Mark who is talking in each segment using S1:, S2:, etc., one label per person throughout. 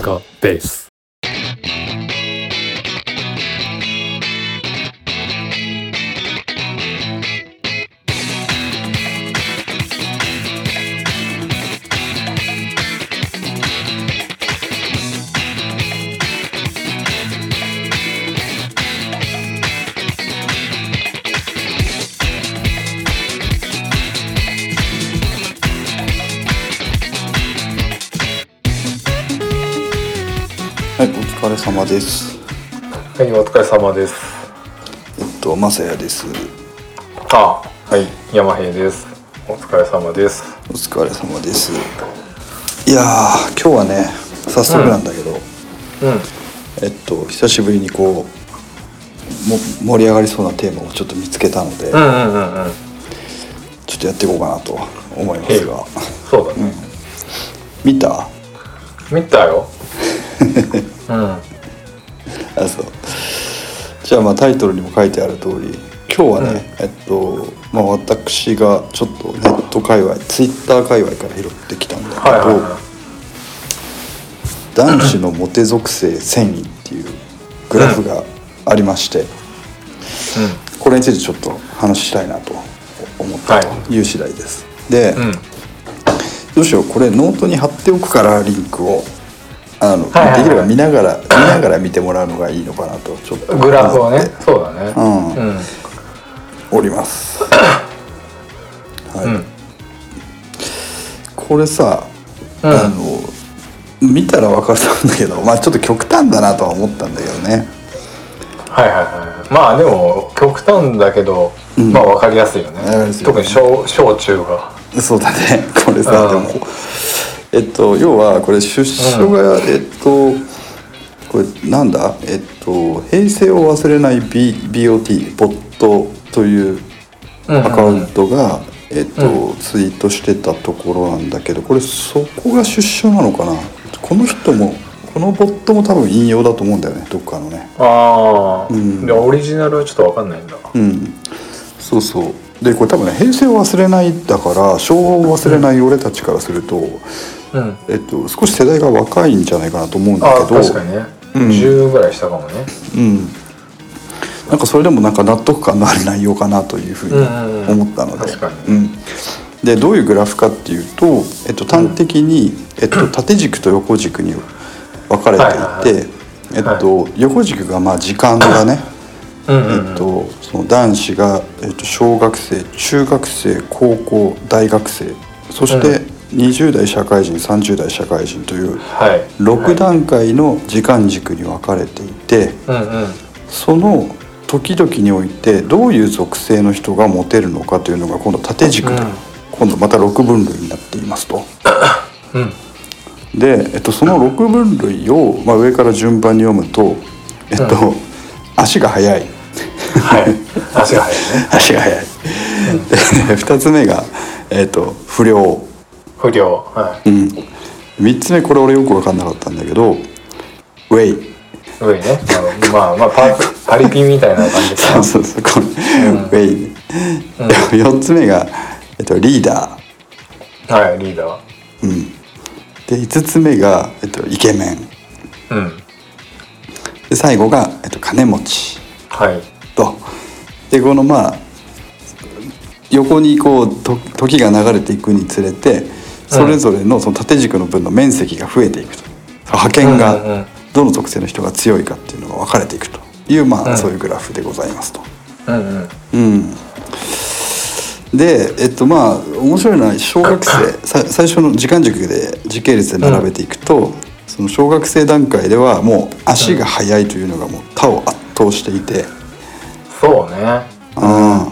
S1: カベース
S2: はい、お疲れ様です。
S1: はいお疲れ様です
S2: えっと、まさやです。
S1: あはい山平ですお疲れ様です
S2: お疲れ様です。いやー、今日はね、早速なんだけど、
S1: うん
S2: えっと、久しぶりにこう。も盛り上がりそうなテーマをちょっと見つけたので、
S1: うんうんうんうん
S2: ちょっとやっていこうかなと思いますが。
S1: そうだね、
S2: 見た。
S1: 見たようん
S2: あ、そう。じゃあ、まあ、タイトルにも書いてある通り。今日はね、えっと、まあ、私がちょっとネット界隈、ツイッター界隈から拾ってきたんだけど。
S1: はいはいは
S2: 男子のモテ属性遷移っていうグラフがありまして、これについてちょっと話したいなと思った
S1: は
S2: という次第です、
S1: い
S2: で、
S1: うんうん
S2: どうしようこれノートに貼っておくからリンクをあの、
S1: はいはいはい
S2: できれば見ながら見ながら見てもらうのがいいのかなとちょっと
S1: グラフをねそうだね
S2: うん
S1: うん
S2: おります、はい
S1: うん
S2: これさ、
S1: うん
S2: あの見たら分かると思うんだけどまあちょっと極端だなとは思ったんだけどね
S1: はいはいはいまあでも極端だけど、まあわかりやすいよね
S2: わかりやすいよ
S1: 特
S2: ね
S1: に小小中が
S2: そうだねこれさで
S1: うん
S2: もえっと要はこれ出所が、えっとこれなんだえっと平成を忘れない、B、BOT ボットという
S1: うんうんうん
S2: アカウントが、えっとツイートしてたところなんだけどこれそこが出所なのかなこの人もこのボットも多分引用だと思うんだよねどっかのね
S1: ああ、
S2: ん
S1: でオリジナルはちょっとわかんないんだ
S2: うんそうそうでこれ多分ね平成を忘れないだから昭和を忘れない俺たちからすると、
S1: うん
S2: えっと、少し世代が若いんじゃないかなと思うんだ
S1: ああ
S2: けど
S1: 確かにね、10ぐらいしたかもね
S2: うん、なんかそれでもなんか納得感のある内容かなというふうに思ったので、
S1: 確か
S2: うん、でどういうグラフかっていうと、えっと、端的に、えっ と、縦軸と横軸に分かれていて、
S1: はいはいはい
S2: えっと横軸がまあ時間がね、
S1: うんうん
S2: えっと、その男子が、えっと、小学生中学生高校大学生そして20代社会人30代社会人という
S1: はい
S2: 6段階の時間軸に分かれていて
S1: うんうん
S2: その時々においてどういう属性の人がモテるのかというのが今度縦軸で、
S1: うん
S2: 今度また6分類になっていますと。
S1: うん
S2: で、えっと、その6分類を、まあ、上から順番に読むと、えっと足が速い
S1: はい足が速いね
S2: 足が速い、で2つ目が、えっと、不良。
S1: 不良はい、
S2: うん、3つ目これ俺よく分かんなかったんだけど「ウェイ」
S1: 上ねあのまあまあパパリピみたいな感じか
S2: そうそうそうこれ、ウェイ、4つ目が、えっと、リーダ
S1: なはいリーダー
S2: ーで5つ目が、えっと、イケメン
S1: うん
S2: で最後が、えっと、金持ち
S1: はい
S2: とでこのまあ横にこうと時が流れていくにつれてそれぞれのその縦軸の分の面積が増えていくと派遣
S1: うんうんう
S2: が
S1: ん
S2: どの属性の人が強いかっていうのが分かれていくという、まあ
S1: うん
S2: そういうグラフでございますと。
S1: うんうん
S2: うん、でえっとまあ面白いのは小学生さ最初の時間軸で時系列で並べていくと、その小学生段階ではもう足が速いというのがもう他を圧倒していて、
S1: そうね
S2: うんま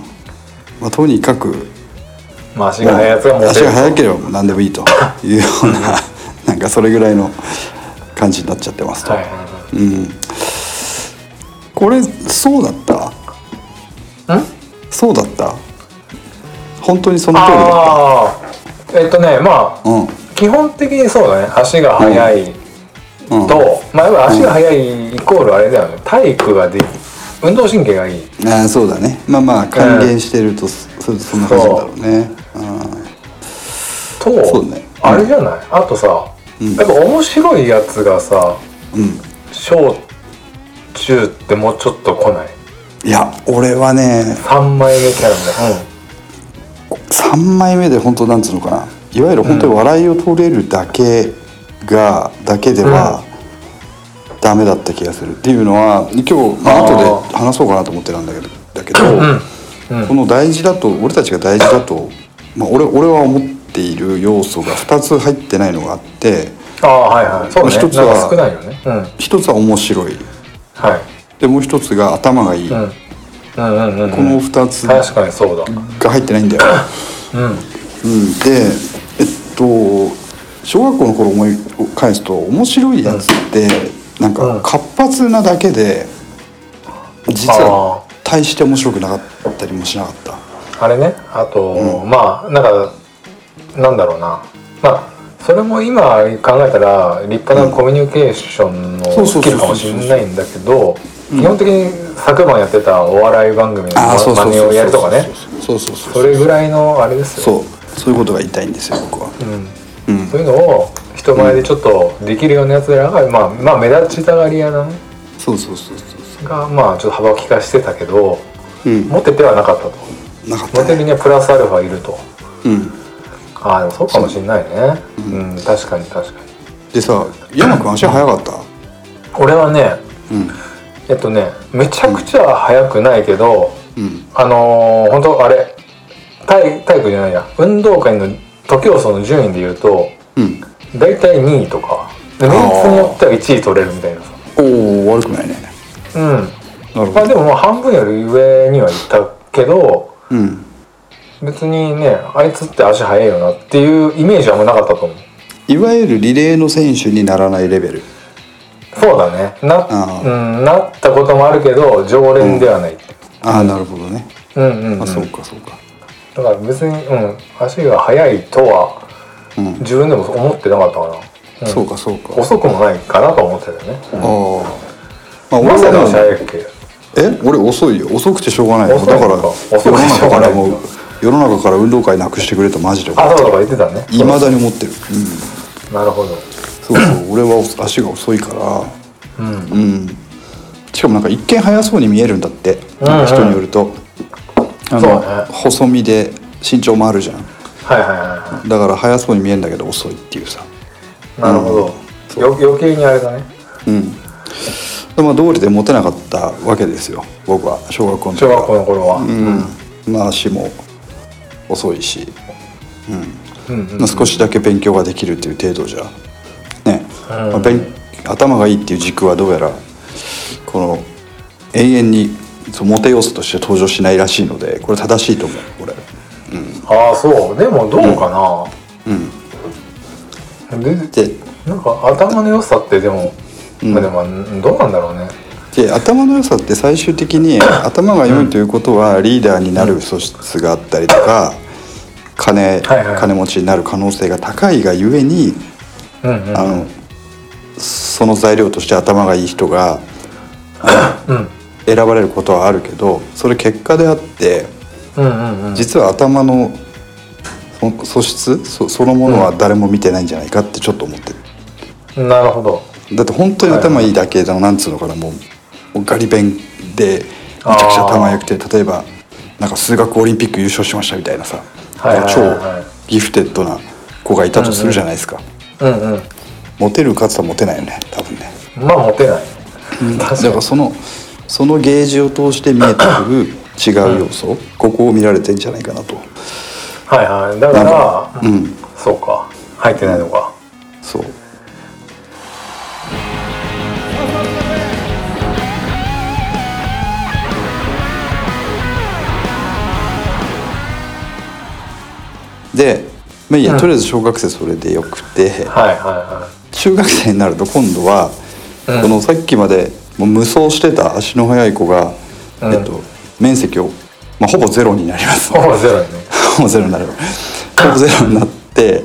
S2: あ、とにかく
S1: まあ足が速いやつがモテる
S2: 足が速ければもう何でもいいというような なんかそれぐらいの感じになっちゃってますと。
S1: はいはいはい
S2: うん、これそうだった
S1: ん
S2: そうだった本当にその通りだった
S1: ああえっとねまあ、
S2: うん
S1: 基本的にそうだね足が速いと、
S2: うん
S1: まあやっぱ足が速いイコールあれだよね体育がで運動神経がいい
S2: ああそうだねまあまあ還元してると、そそんな感じだろうね
S1: と
S2: そうね
S1: あれじゃないあとさ
S2: うん
S1: やっぱ面白いやつがさ
S2: うん
S1: 小中ってもうちょっと来ない
S2: いや俺はね
S1: 3枚目キャラみたいな、
S2: 3枚目で本当なんつうのかないわゆる本当に笑いを取れるだけが、だけでは、ダメだった気がするっていうのは今日、まあ
S1: あー
S2: 後で話そうかなと思ってたんだけどだけど、
S1: うん
S2: この大事だと俺たちが大事だと、まあ、俺俺は思っている要素が2つ入ってないのがあって
S1: ああはいはいそうね
S2: 一つは
S1: なんか少ないよねうん
S2: 1つは面白い
S1: はい
S2: でもう1つが頭がいい、
S1: うんうんうんうん
S2: この2つが
S1: 確かにそうだ
S2: 入ってないんだよ。
S1: うん
S2: うん、でえっと小学校の頃思い返すと面白いやつって、なん
S1: う
S2: か
S1: ん
S2: 活発なだけで実は大して面白くなかったりもしなかった
S1: あれねあと、まあなんかなんだろうなまあそれも今考えたら立派なコミュニケーション
S2: そう
S1: の
S2: そ
S1: ス
S2: うそうそう
S1: キルかもしれないんだけど基本的に昨晩やってたお笑い番組の
S2: ああそう
S1: 真
S2: そう
S1: 似
S2: そ
S1: を
S2: う
S1: やるとかね
S2: そうそうそ
S1: そ
S2: うそう
S1: れぐらいのあれですよ、
S2: そうそういうことが言いたいんですよ僕は、
S1: うん
S2: うん
S1: そういうのを人前でちょっとできるようなやつらが、まあ、まあ目立ちたがり屋なね
S2: そうそうそうそ
S1: がまあちょっと幅を利かしてたけど
S2: ううん
S1: モテてはなかったと
S2: なかった
S1: モテ
S2: ね
S1: るにはプラスアルファいると
S2: うん
S1: ああでもそうかもしれないねうん、確かに確かに
S2: でさ山君足速かった
S1: 俺はね
S2: うん
S1: えっとねめちゃくちゃ速くないけど、
S2: うん
S1: あのー、本当あれ体体育じゃないや運動会の徒競走の順位で言うと
S2: うん
S1: 大体2位とかでメンツによっては1位取れるみたいなさ
S2: おお悪くないね
S1: うん
S2: なるほ
S1: まあ
S2: ど
S1: でももう半分より上にはいったけど
S2: うん
S1: 別にねあいつって足速いよなっていうイメージはあんまなかったと思う
S2: いわゆるリレーの選手にならないレベル
S1: そうだねな,、
S2: あ
S1: うん、なったこともあるけど常連ではない、
S2: ああなるほどね
S1: うん、うんうん、
S2: あそうかそうか
S1: だから別に、うん、足が速いとは
S2: うん
S1: 自分でも思ってなかったかな、うん
S2: そうかそうか
S1: 遅くもないかなと思ってたよね
S2: ああまあ
S1: まさか足
S2: は
S1: 速いっけ
S2: え俺遅いよ遅くてしょうがないよ
S1: 遅い
S2: だから
S1: のか
S2: 世
S1: 遅
S2: の
S1: くてしょ
S2: 中
S1: う
S2: か
S1: がな
S2: ら
S1: いのか
S2: もう世の中から運動会なくしてくれとマジで
S1: あそうとか言ってたね
S2: いまだに思ってるうん
S1: なるほど
S2: そうそう俺は遅足が遅いから
S1: うん
S2: うんしかもなんか一見速そうに見えるんだってなんか人によると
S1: そ
S2: あ
S1: う
S2: の
S1: ね
S2: 細身で身長もあるじゃん
S1: はいはいはいは
S2: だから速そうに見えるんだけど遅いっていうさ
S1: いなるほど、よ余計にあれだね
S2: うんでまあ道理でモテなかったわけですよ僕は小学校の時
S1: 小
S2: は
S1: 学校の頃は、
S2: うん、まあ足も遅いし、
S1: うん
S2: まあ、少しだけ勉強ができるっていう程度じゃね、まあ勉頭がいいっていう軸はどうやらこの永遠にそうモテ要素として登場しないらしいのでこれ正しいと思う俺
S1: ああそうでもどうかな、うんで
S2: で
S1: なんか頭の良さってでも、まあでもんどうなんだろうね
S2: で頭の良さって最終 的に頭が良いということはリーダーになる素質があったりとか金,、
S1: はいはい
S2: 金持ちになる可能性が高いがゆえに
S1: うんうん
S2: あのその材料として頭がいい人があの選ばれることはあるけどそれ結果であって
S1: うんうんうん
S2: 実は頭のそ素質そそのものは誰も見てないんじゃないかってちょっと思ってる、
S1: なるほど
S2: だって本当に頭いいだけだなんつうのかなもうもうガリ弁でめちゃくちゃ頭良くて例えばなんか数学オリンピック優勝しましたみたいなさ、
S1: はいはいはいはい
S2: 超ギフテッドな子がいたとするじゃないですか、
S1: うんうん
S2: モテるかつはモテないよね多分ね
S1: まあモテない、
S2: だ
S1: 確か
S2: か
S1: に
S2: らそのそのゲージを通して見えてくる違う要素、ここを見られてんじゃないかなと
S1: はいはいだから、
S2: うん
S1: そうか入ってないのか、
S2: そうでまあいいや、とりあえず小学生それでよくて、
S1: はいはいは
S2: 中学生になると今度は、
S1: うん
S2: このさっきまでもう無双してた足の速い子が、
S1: うん
S2: えっと、面積を、まあ、ほぼゼロになります
S1: いほぼゼロやね
S2: ほぼゼロになるほ ぼゼロになって、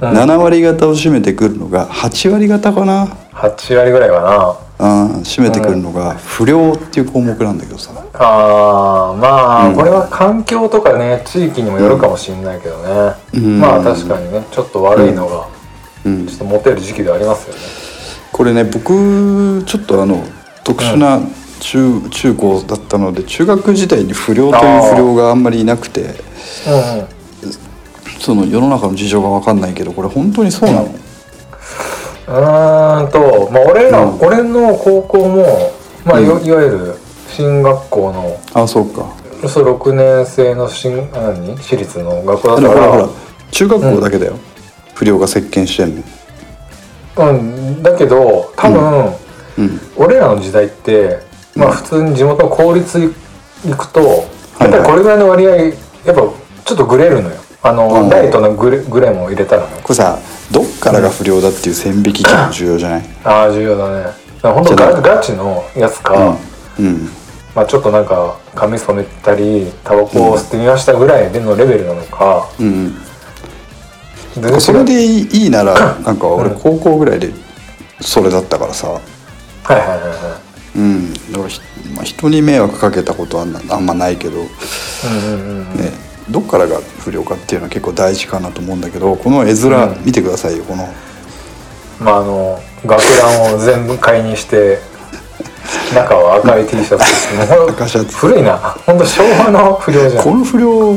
S2: 7割方を占めてくるのが8割方かな
S1: 8割ぐらいかな
S2: あー占めてくるのが不良っていう項目なんだけどさ、
S1: あーまあ、これは環境とかね地域にもよるかもしれないけどね、まあ確かにねちょっと悪いのが
S2: うん
S1: ちょっとモテる時期ではありますよね
S2: これね僕ちょっとあの特殊な中,、中高だったので中学時代に不良という不良があんまりいなくて
S1: うんうん
S2: その世の中の事情が分かんないけどこれ本当にそうなの、
S1: うーんと、まあ、俺ら、
S2: うん
S1: 俺の高校も、まあ、いわいわゆる進学校の
S2: あそうか
S1: そう6年生の新何私立の学校だ
S2: あれ
S1: っ
S2: ほ
S1: た
S2: ら
S1: か
S2: ほ
S1: ら
S2: ら中学校だけだよ、不良が席巻してんの
S1: うん、だけど多分、
S2: うん
S1: 俺らの時代って、まあ、普通に地元の公立行くと、やっぱりこれぐらいの割合やっぱちょっとグレるのよあの、
S2: うん
S1: ライトのグレグレも入れたらね
S2: これさどっからが不良だっていう線引き結構重要じゃない
S1: ああ重要だねだから本当
S2: じゃあ
S1: ガガチのやつか、
S2: うん、うん、
S1: まあ、ちょっとなんか髪染めたりタバコを吸ってみましたぐらいでのレベルなのか、
S2: うん
S1: 全然違う
S2: それでいいいいならなんか俺高校ぐらいでそれだったからさ
S1: はいはいはいは
S2: うんだからひまあ、人に迷惑かけたことはなあんまないけど、ね、
S1: いうんうんうん
S2: どっからが不良かっていうのは結構大事かなと思うんだけどこの絵面見てくださいよこの
S1: まああの学ランを全部買いにして中は赤い T シャツですもう
S2: 赤シャツ
S1: 古いな本当昭和の不良じゃん
S2: この不良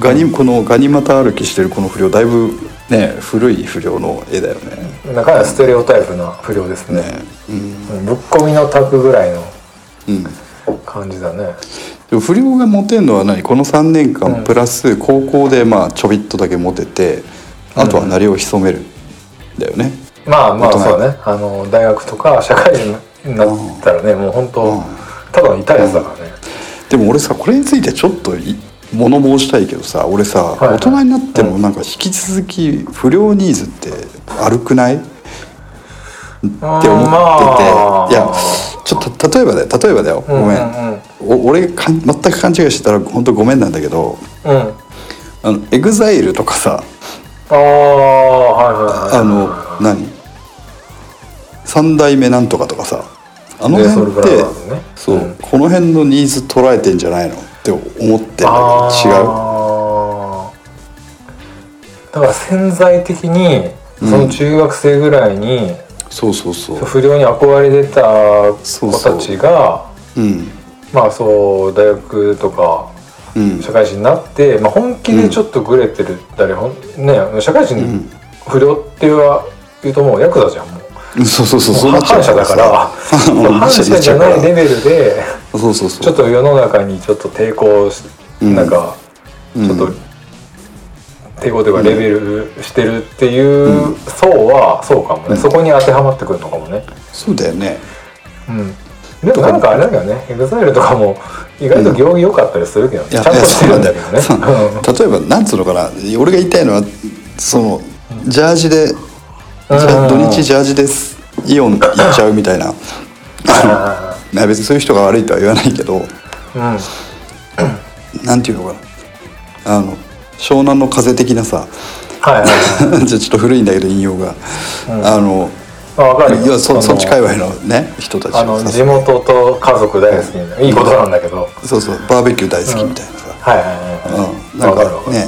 S2: ガニこのガニ股歩きしてるこの不良だいぶね古い不良の絵だよね。
S1: 中はステレオタイプな不良ですね
S2: ねうん
S1: うんぶっ込みのタクぐらいの
S2: うん、で
S1: 感じだね
S2: も不良がモテるのは何この3年間プラス高校でまあちょびっとだけモテてあとは鳴りを潜めるんだよね。
S1: まあまあ
S2: 大人
S1: そうねあの大学とか社会人になったらねもう本当ただの痛いやつだからね
S2: でも俺さこれについてちょっとい物申したいけどさ俺さ、
S1: いはい
S2: 大人になってもなんか引き続き不良ニーズって悪くないって思ってて、
S1: うんまあ
S2: いやちょっと例えばだよ例えばだよ、
S1: うん
S2: ごめん、
S1: うん
S2: お俺かん全く勘違いしてたら本当ごめんなんだけど
S1: うんうん
S2: あのエグザイルとかさ
S1: ああはいはいはい
S2: あの何三代目なんとかとかさあの辺っ
S1: レイソルブラ
S2: て
S1: ザーズね
S2: そう、
S1: うん
S2: この辺のニーズ捉えてんじゃないのって思ってんだけ
S1: あ
S2: ど違う
S1: あーだから潜在的にその中学生ぐらいに
S2: そうそうそう。
S1: 不良に憧れてた
S2: そう
S1: 子
S2: そう
S1: たちが
S2: うん。
S1: まあそう大学とか
S2: うん。
S1: 社会人になって、まあ、本気でちょっとグレてるだり、ほんね社会人不良っていうは言うともうヤクザじゃんもう。
S2: そうそうそう。そう
S1: もう反社だ から
S2: さ
S1: そう
S2: うん
S1: 反社
S2: になっ
S1: じ
S2: ち
S1: ゃ
S2: うか
S1: な
S2: ら
S1: いレベルで
S2: そうそうそう。
S1: ちょっと世の中にちょっと抵抗し、
S2: うん
S1: なんか
S2: うん
S1: ちょっと抵抗というかレベルしてるっていう層はそうかもね、そこに当てはまってくるのかもね、
S2: そうだよね。
S1: うん、でもなんかあれなんだよね EXILE とかも意外と行儀良かったりするけどね、
S2: い
S1: ちゃん
S2: や、
S1: と
S2: いや
S1: して
S2: そうな
S1: るん
S2: んだ
S1: だ
S2: よ
S1: けどね
S2: そう例えば、なんつうのかな、俺が言いたいのは、その、ジャージで、じゃ土日ジャージです。イオン行っちゃうみたいな。
S1: あ
S2: まあ別にそういう人が悪いとは言わないけ
S1: う
S2: ど、
S1: ん、うん
S2: なんていうのかな。あの、湘南の風的なさ、
S1: はいはいはい
S2: じゃあちょっと古いんだけど引用が、あの
S1: あわかるよ
S2: いやそ
S1: の
S2: そっち界隈のね人たち
S1: あの地元と家族大好きな、いいことなんだけどはい
S2: そうそうバーベキュー大好きみたいなさ、
S1: はいはいはい、
S2: うん、なん
S1: わかるわ
S2: か
S1: かる
S2: ね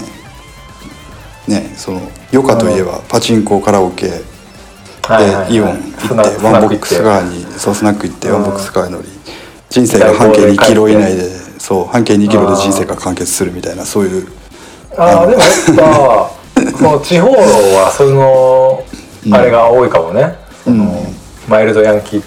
S2: ねその余暇といえばパチンコカラオケで
S1: はいはいはい
S2: イオン行
S1: スナ
S2: ってワンボック
S1: ス
S2: ス
S1: ナ
S2: カーにそうスナック行ってワンボックスカーに乗り人生が半径2キロ以内でそう半径2キロで人生が完結するみたいなそういう
S1: ああでもやっぱその地方はそのあれが多いかもね、そのマイルドヤンキー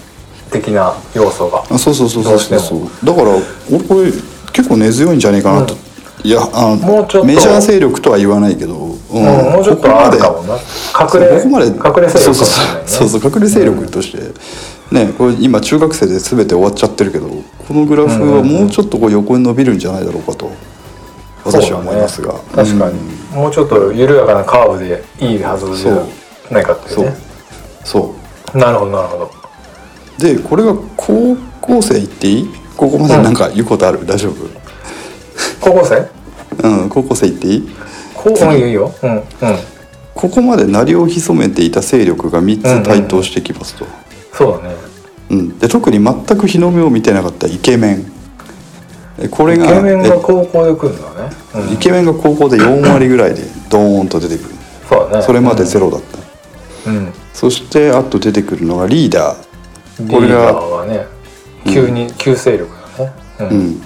S1: 的な要素が
S2: あそうそうそう
S1: ど
S2: そうう
S1: して
S2: そう
S1: も
S2: そうだから俺これ結構根強いんじゃねえかなと、いやあの
S1: もうちょっと
S2: メジャー勢力とは言わないけど、う
S1: うん、
S2: ん
S1: もうちょっとあるかも
S2: こ
S1: な
S2: こ
S1: 隠
S2: まで
S1: れ
S2: ここま
S1: 隠
S2: で
S1: れ勢力か
S2: そう
S1: も
S2: そう
S1: しれないね
S2: そうそうそう隠れ勢力として、ねこれ今中学生で全て終わっちゃってるけどこのグラフはもうちょっとこう横に伸びるんじゃないだろうかと私は思いますが、
S1: そうだね確かに、もうちょっと緩やかなカーブでいいはずじゃないかっていう
S2: そう
S1: ね
S2: そ
S1: なるほどなるほど
S2: うでこれが高校生行っていいここまでなんか言うことある、大丈夫
S1: 高校生
S2: うん高校生行っていい
S1: 高校いいよいいようんうん
S2: ここまで鳴りを潜めていた勢力が3つ台頭してきますと、
S1: そうだね
S2: うんで特に全く日の目を見てなかったイケメンえこれ
S1: イ
S2: が
S1: ケメンが
S2: え
S1: 高校で来るんだね、うん、
S2: イケメンが高校で4割ぐらいでドーンと出てくる
S1: そうだね
S2: それまでゼロだった、
S1: うん
S2: そしてあと出てくるのがリーダーこれ
S1: リ
S2: が
S1: ーダーはね急に、急勢力だねうん、うん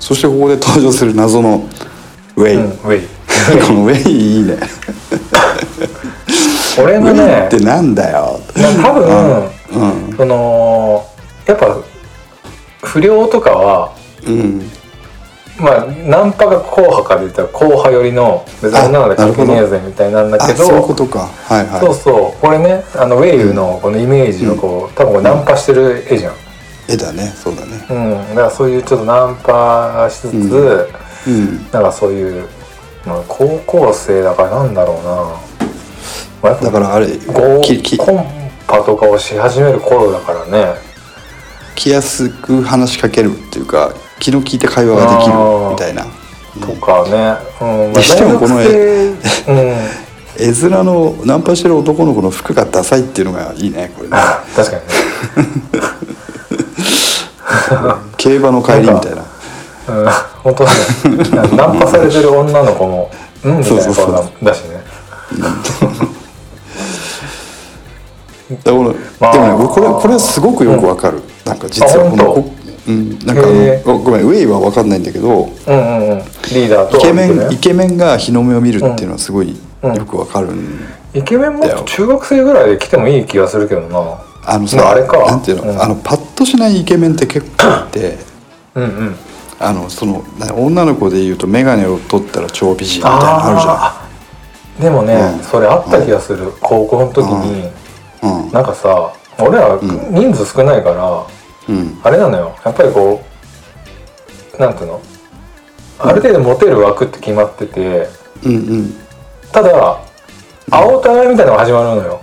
S2: そしてここで登場する謎のウェイ、
S1: ウェイ
S2: このウェイいいね
S1: 俺も
S2: ウェイ
S1: ね
S2: ってなんだよ
S1: まあ多分、
S2: うん
S1: そのやっぱ不良とかは
S2: うん
S1: まあナンパが硬派かで言ったら硬派寄りの別に女なんか関係ねえぜみたいなんだ
S2: あ
S1: けど
S2: そういうことかはいはい
S1: そうそうこれねあのウェイユのこのイメージをこう、多分これナンパしてる絵じゃん、
S2: 絵だねそうだね
S1: うん、だからそういうちょっとナンパしつつ、
S2: うん
S1: なんかそういう、まあ、高校生だからなんだろうな、まあ、やっぱ
S2: だからあれ
S1: こう
S2: きき
S1: コンパとかをし始める頃だからね
S2: 気やすく話しかけるっていうか気の利いた会話ができるみたいな
S1: とかね、うんまあ、
S2: にしてもこの絵
S1: 大学生うん
S2: 絵面のナンパしてる男の子の服がダサいっていうのがいいねこれね
S1: 確かにね
S2: 競馬の帰りみたいな
S1: うん本当だねナンパされてる女の子も「うん」みたいな
S2: そうそうそ
S1: 顔
S2: う
S1: だだしね
S2: だからこの
S1: まあ
S2: でもね俺これこれはすごくよくわかる、なんか実はこ
S1: あ
S2: の
S1: 本
S2: こうんなんかあ
S1: へ
S2: の
S1: え
S2: ごごめんウェイはわかんないんだけど
S1: うんうんうんリーダーと
S2: イケメ
S1: ね
S2: ンイケメンが日の目を見るっていうのはすごいよくわかる、
S1: イケメンもっと中学生ぐらいで来てもいい気がするけどな
S2: あの
S1: ま
S2: さ
S1: ああれか
S2: なんていうの、
S1: うん
S2: あのパッとしないイケメンって結構いて
S1: うんうん
S2: あのそのな女の子でいうと眼鏡を取ったら超美人みたいなのあるじゃ
S1: あーでもね、
S2: うん
S1: それあった気がする、高校の時に、
S2: ん。うん
S1: なんかさ俺ら人数少ないから、
S2: うん
S1: あれなのよやっぱりこうなんていうのある程度モテる枠って決まってて
S2: うんうん、
S1: ただ青互いみたいなのが始まるの よ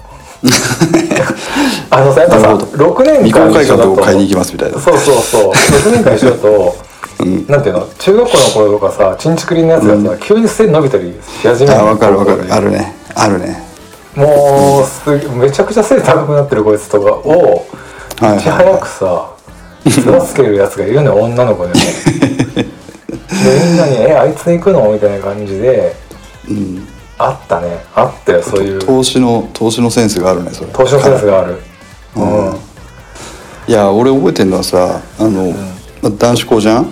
S1: あのさやっぱ
S2: な
S1: さ
S2: るほ
S1: 6年
S2: 未
S1: 間
S2: 公開
S1: 一緒だ
S2: 館を
S1: と
S2: 買いに行きますみたいな。
S1: そうそうそう6年間一緒だ と、なんていうの中学校の頃とかさちんちくりんのやつがさ、急に背伸びたりし始める
S2: あ分かる分か
S1: 高校
S2: る
S1: で
S2: あるねあるね。
S1: もうすげめちゃくちゃ背高くなってるこいつとかを
S2: はいはい
S1: いち早くさつばつけるやつがいるのよ女の子でもでみんなに「えあいつ行くの?」みたいな感じで
S2: うん、
S1: あったねあったよそういう
S2: 投資の投資のセンスがあるねそれ。
S1: 投資のセンスがあるうん
S2: うんいや俺覚えてるのはさあの、まあ男子校じゃん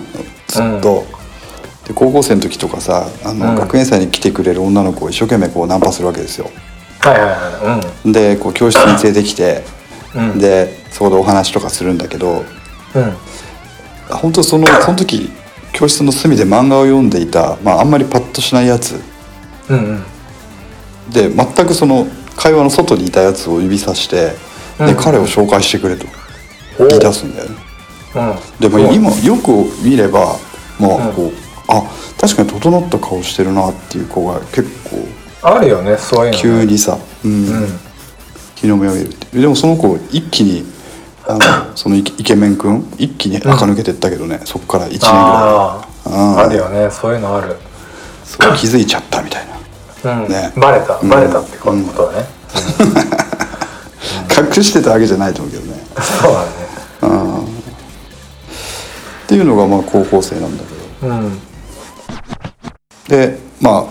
S2: ずっと、で高校生の時とかさあの、
S1: うん
S2: 学園祭に来てくれる女の子を一生懸命こうナンパするわけですよ
S1: はいはいはい
S2: でこう教室に連れてきて、
S1: うん
S2: でそこでお話とかするんだけど
S1: うんうん
S2: 本 当そのその時教室の隅で漫画を読んでいた、まあ、あんまりパッとしないやつ
S1: うんうん
S2: で全くその会話の外にいたやつを指さして、
S1: う
S2: で
S1: ん
S2: 彼を紹介してくれと
S1: お
S2: 言い出すんだよね。
S1: うん
S2: でも
S1: すごい
S2: 今よく見ればまあこう、あ確かに整った顔してるなっていう子が結構
S1: あるよねそういうの
S2: 急にさ、うん
S1: うん
S2: 日の目を見るってでもその子一気にあのそのイケイケメン君一気に垢抜けてったけどね、そこから1年ぐらい
S1: あ
S2: う
S1: あ
S2: ん
S1: あるよねそういうのある
S2: そう気づいちゃったみたいな
S1: うん
S2: ね
S1: バレたバレたって ことだね
S2: 隠してたわけじゃないと思うけどね
S1: そうだね
S2: っていうのがまあ高校生なんだけど
S1: うん
S2: でまあ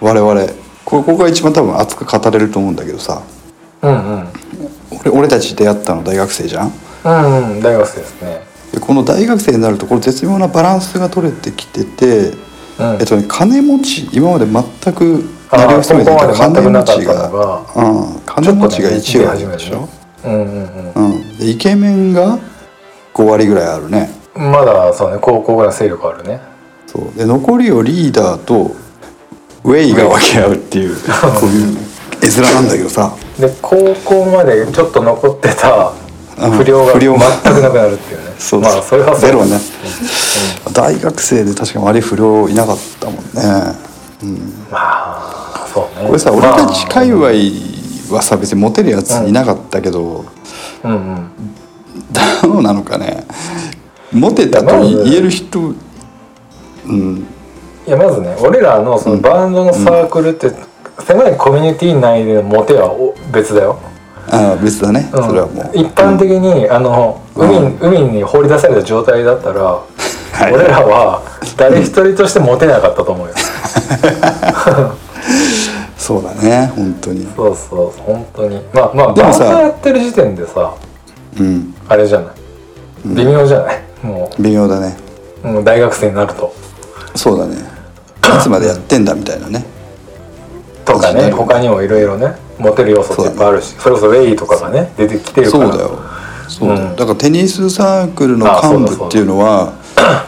S2: 我々ここが一番多分熱く語れると思うんだけどさ
S1: うんうん
S2: 俺俺たち出会ったの大学生じゃん
S1: うんうん大学生ですね
S2: でこの大学生になるとこれ絶妙なバランスが取れてきてて、
S1: うん
S2: えっとね、金持ち今まで全く
S1: あー
S2: 成りを潜めてい
S1: こ
S2: た
S1: こまで全
S2: 金
S1: くな
S2: 持
S1: かっ
S2: ち
S1: たの
S2: が、
S1: が
S2: うん、金持ちが1割なんでしょ、
S1: うんうん
S2: うん、でイケメンが5割ぐらいあるね
S1: うんまだそうね高校ぐらい勢力あるね
S2: そうで残りをリーダーとウェイが分け合うっていうこういう絵面なんだけどさ
S1: で高校までちょっと残ってた
S2: うん
S1: 不良が
S2: 不
S1: 全
S2: 良
S1: く
S2: が
S1: なくなるっていうね
S2: そう
S1: まあそれはそう
S2: ゼロね大学生で確かに割り不良いなかったもんね、うん、
S1: まあそうね
S2: これさ俺
S1: まあ
S2: たち界隈はさ別にモテるやついなかったけど、
S1: うんうん
S2: どうなのかねモテたと言える人、うん、
S1: いやまずね俺らのそのバンドのサークルって狭いコミュニティ内でのモテはお別だよ
S2: ああ別だね、
S1: うん
S2: それはもう
S1: 一般的に、あの海,、海に放り出された状態だったら、
S2: い
S1: 俺らは誰一人としてモテなかったと思うよ、
S2: そうだね本当に
S1: そうそう本当にまあまあ
S2: で
S1: バ
S2: も
S1: ン
S2: さ
S1: ドやってる時点でさ
S2: うん
S1: あれじゃない微妙じゃない、も
S2: 微妙だね
S1: うもう大学生になると
S2: そうだねいつまでやってんだみたいなね
S1: とか
S2: 確か
S1: ね
S2: に
S1: 他にもいろいろねモテる要素っていっぱいあるしそ,、れこそレイとかがね出てきてる
S2: そ
S1: か
S2: う
S1: ら
S2: だよそうだよ、
S1: うん
S2: だからテニスサークルの
S1: あそうだ
S2: 幹部っていうのは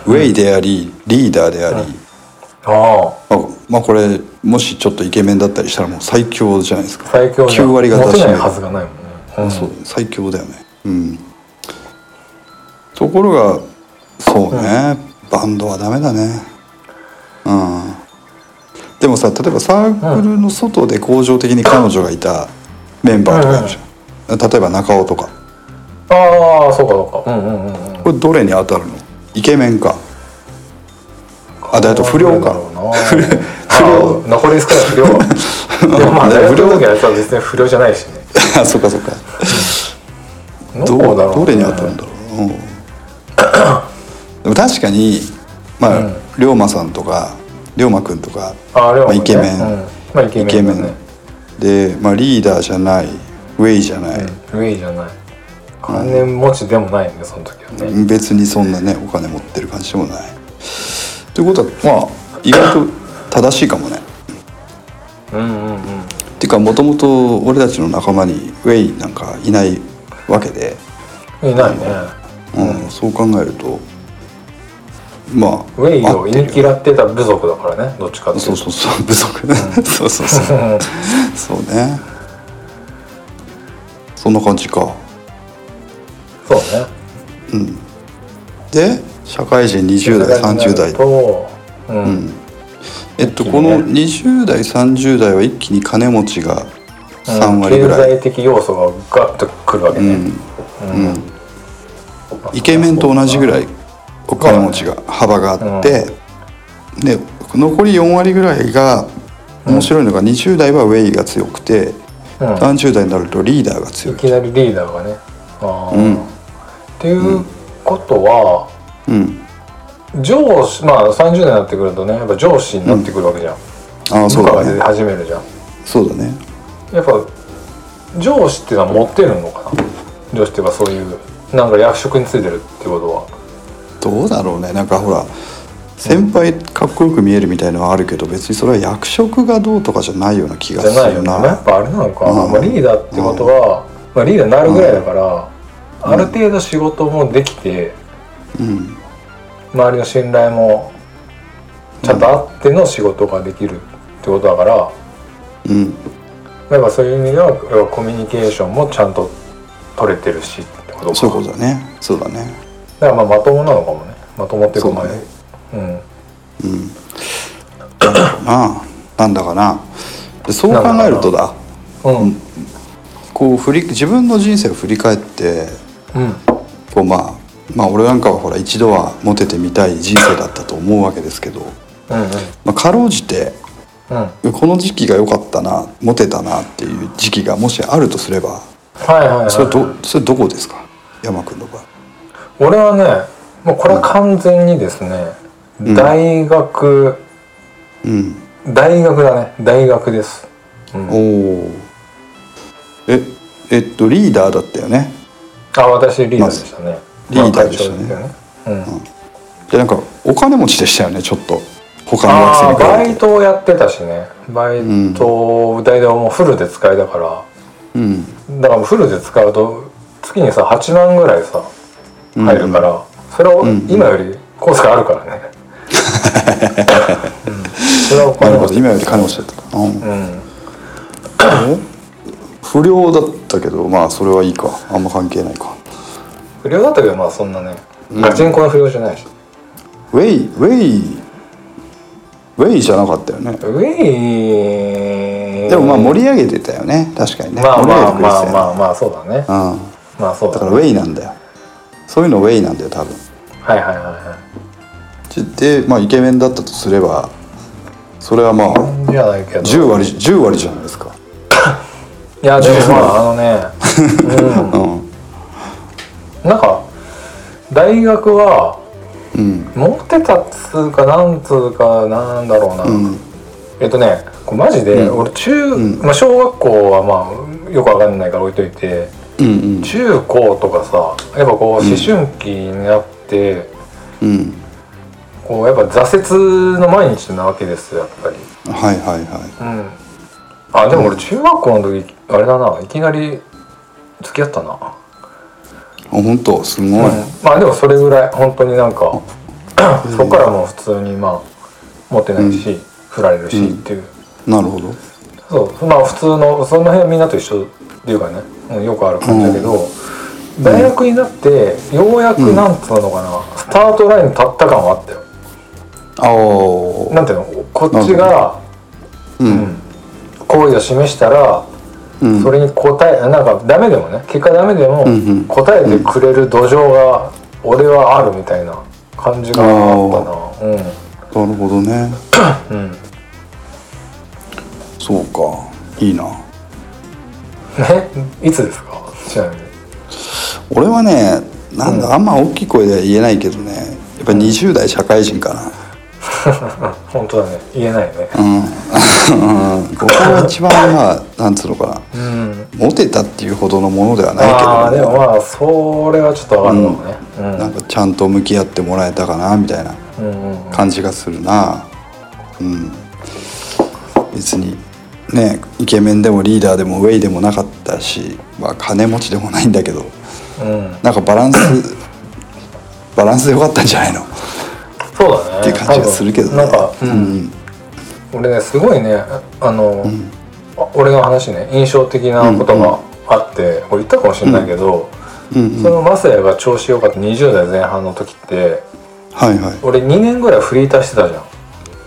S2: ウェイでありリーダーであり、
S1: ああ
S2: まあ、まあこれもしちょっとイケメンだったりしたらもう最強じゃないですか
S1: 最強
S2: 9割方
S1: モテ
S2: 占
S1: ない
S2: める
S1: はずがないもんね、うん
S2: そう最強だよねうんところがそうね、バンドはダメだねうんでもさ例えばサークルの外で恒常的に彼女がいたメンバーとかいるじゃん、例えば中尾とか
S1: ああそうかそうかうんうんうんうん
S2: これどれに当たるのイケメンかあだと不良か
S1: だろう な不良残り少ない不良はでもまあ
S2: ね
S1: 大学
S2: 不良
S1: の時のやつは別に不良じゃないしね
S2: あそっかそっか
S1: ど
S2: ど
S1: う
S2: う
S1: だろう、ね、
S2: どれに当たるんだろう、うんでも確かにまあ、龍馬さんとか龍馬くんとか
S1: ああれは、
S2: まあ、
S1: ね、
S2: イケメン、
S1: うんまあイケメン
S2: イケメ
S1: だね
S2: ンで、まあ、リーダーじゃないウェイじゃない、
S1: うん上じゃない金持ちでもないねその時はね、
S2: 別にそんなねお金持ってる感じでもないということはまあ意外と正しいかもね
S1: うんうんうん
S2: っていうかもともと俺たちの仲間にウェイなんかいないわけで、
S1: いないね
S2: うんそう考えるとまあ
S1: ウェイを
S2: あ
S1: 言い嫌ってた部族だからねどっちかっていうと
S2: そうそうそう部族そうそうそうそうねそんな感じか
S1: そうね
S2: で社会人20代30代
S1: とうん、うん
S2: えっとこの20代30代は一気に金持ちが3割ぐ
S1: 経
S2: らい、
S1: 済的要素がガッとくるわけね、うん
S2: イケメンと同じぐらいお金持ちが幅があって、で残り4割ぐらいが面白いのが20代はウェイが強くて、
S1: うん
S2: 30代になるとリーダーが強
S1: い
S2: い、
S1: きなりリーダーがねあー、
S2: ん
S1: っていうことは、
S2: うん、
S1: 上司まあ30代になってくるとねやっぱ上司になってくるわけじゃん、
S2: ああ
S1: 部
S2: そう
S1: 下が出
S2: だ
S1: て
S2: ね
S1: 始めるじゃん
S2: そうだね
S1: やっぱ上司っていうのは持ってるのかな上司っていうかそういうなんか役職についてるってことは
S2: どうだろうねなんかほら先輩かっこよく見えるみたいのはあるけど別にそれは役職がどうとかじゃないような気が
S1: じゃな
S2: す
S1: いよね
S2: るな
S1: やっぱあれなのか、
S2: うん
S1: まあ、リーダーってことは、まあ、リーダーになるぐらいだから、ある程度仕事もできて、
S2: うん
S1: 周りの信頼もちゃんとあっての仕事ができるってことだから、
S2: うん
S1: やっぱそういう意味では要はコミュニケーションもちゃんと取れてるしってことか
S2: そういうことだねそうだね
S1: だからまあまともなのかもねまともっていうかまあ
S2: そうだね
S1: うん
S2: なあなんだかなでそう考えるとだ
S1: うん
S2: こう振り自分の人生を振り返って
S1: うん
S2: こうまあまあ俺なんかはほら一度はモテてみたい人生だったと思うわけですけど、
S1: うん
S2: まあ、かろうじて
S1: うんうん
S2: この時期が良かったなモテたなっていう時期がもしあるとすれば
S1: はいはいはい
S2: それどそれどこですか山君の場合
S1: 俺はねもうこれは完全にですね、大学
S2: うん
S1: 大学だね大学です
S2: おおええっとリーダーだったよね
S1: あ私リーダーでしたね、
S2: リーダーでしたね
S1: まあ会長すよねうん
S2: でなんかお金持ちでしたよねちょっと他の
S1: あー
S2: 学生
S1: バ
S2: に比べ
S1: イ
S2: て
S1: トをやってたしねバイト代でもうフルで使いだから、
S2: うん
S1: だからもうフルで使うと月にさ8万ぐらいさ入るから、それを今よりコースがあるから ね、うん、それはお
S2: な
S1: 金持
S2: るほ
S1: ち
S2: ど今より金持ちだった、うん
S1: うん
S2: え不良だったけどまあそれはいいかあんま関係ないか
S1: 不良だったけどまあそんなねガチンコの不良じゃないし、
S2: ウェイウェイウェイじゃなかったよね
S1: ウェイ
S2: でもまあ盛り上げてたよね確かにね
S1: まあ
S2: 盛り
S1: まあ
S2: 上げてくれて
S1: まあ
S2: たよね
S1: まあまあそうだね
S2: うん、
S1: まあそう
S2: だ
S1: だ
S2: か
S1: ね
S2: らウェイなんだよそういうのウェイなんだよ多分
S1: はいはいはいはい
S2: で、まあ、イケメンだったとすればそれはまあ
S1: じゃないけど
S2: 10割10割じゃないですか
S1: いやでもまああのね、うん
S2: うん
S1: なんか大学は
S2: うん
S1: モテたっつうかなんつうかなんだろうな、
S2: うん
S1: えっとねこうマジで俺中、まあ、小学校はまあよくわかんないから置いといて
S2: うんうん
S1: 中高とかさやっぱこう思春期になって、
S2: うん
S1: こうやっぱ挫折の毎日なわけですよやっぱり
S2: はいはいは
S1: うんあでも俺中学校の時あれだないきなり付き合ったな、
S2: いあ本当すごい、
S1: まあでもそれぐらい本当になんか そこからもう普通にまあモテないし、振られるしっていう、
S2: なるほど
S1: そうまあ普通のその辺はみんなと一緒っていうかねうんよくある感じだけど、大学になってようやくなんつうのかな、スタートラインに立った感はあったよ
S2: ああ
S1: なんていうのこっちが
S2: うん
S1: 好意を示したら、
S2: うん
S1: それに答えなんかダメでもね結果ダメでも
S2: んうん
S1: 答えてくれる土壌が俺はあるみたいな感じがあったなうん
S2: なるほどね
S1: ん
S2: そうかいいな
S1: えいつですかちなみに
S2: 俺はねなんだあんま大きい声では言えないけどねやっぱ20代社会人かな
S1: 本当だね言えないね
S2: うんここが一番まあなんつうのか
S1: う、
S2: なんモテたっていうほどのものでは
S1: あ
S2: な
S1: あ
S2: い
S1: ー
S2: け
S1: で
S2: ど、
S1: もまあそれはちょっとわかるかもねうん
S2: なんかちゃんと向き合ってもらえたかなみたいな
S1: うんうん
S2: 感じがするなうん別にねイケメンでもリーダーでもウェイでもなかったし、まあ、金持ちでもないんだけど
S1: うん
S2: なんかバランス バランスでよかったんじゃないの
S1: そうだね
S2: っていう感じがするけどね
S1: 多分なんか、
S2: うんうん
S1: 俺ねすごいねあの、あ俺の話ね印象的なことがあって、俺言ったかもしれないけど、
S2: うん
S1: そのマサヤが調子良かった20代前半の時って
S2: はいはい
S1: 俺2年ぐらいフリーターしてたじゃん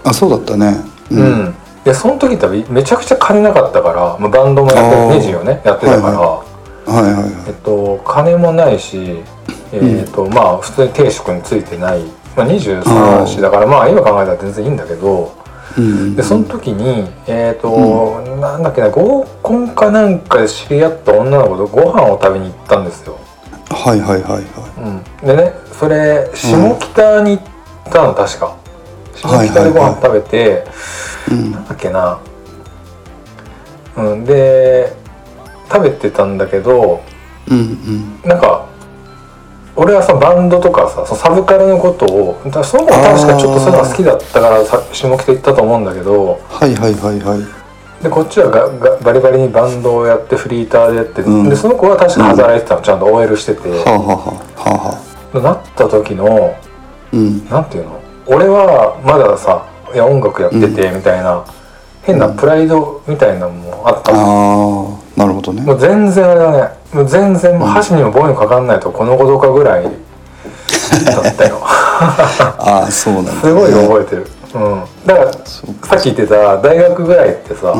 S2: あそうだったねう、
S1: うんん、でその時ってめちゃくちゃ金なかったから、まあ、バンドもやって
S2: あー
S1: ネジをねやってたから、
S2: ははいはいは
S1: えっと金もないしえっと、まあ普通に定職についてない、まあ、23歳だからまあ今考えたら全然いいんだけど
S2: いうん
S1: でその時にえっ、と、なんだっけな合コンかなんかで知り合った女の子とご飯を食べに行ったんですよ、
S2: はいはいはいは
S1: うん、でねそれ下北に行ったの確か下北でご飯食べて、
S2: いうん
S1: なんだっけなうんで食べてたんだけど
S2: うん
S1: なんか俺はさバンドとかさそのサブカルのことをだからその子は確かちょっとそういうのが好きだったからさ下北行ったと思うんだけど
S2: はいはいはいはい
S1: でこっちはががバリバリにバンドをやってフリーターでやって、
S2: うん
S1: でその子は確か働いてたのちゃんと OL してて、
S2: はあ、はあはあ、はあはあ、
S1: なった時の
S2: うん
S1: なんていうの俺はまださいや音楽やっててみたいな、変なプライドみたいなのもあったの
S2: ああなるほどね
S1: もう全然あれだねもう全然もう箸にも棒にもかかんないとこのことかぐらいだった よ
S2: ああそうなんだ、ね、
S1: すごい覚えてる、うん、だから
S2: そう
S1: さっき言ってた大学ぐらいってさ、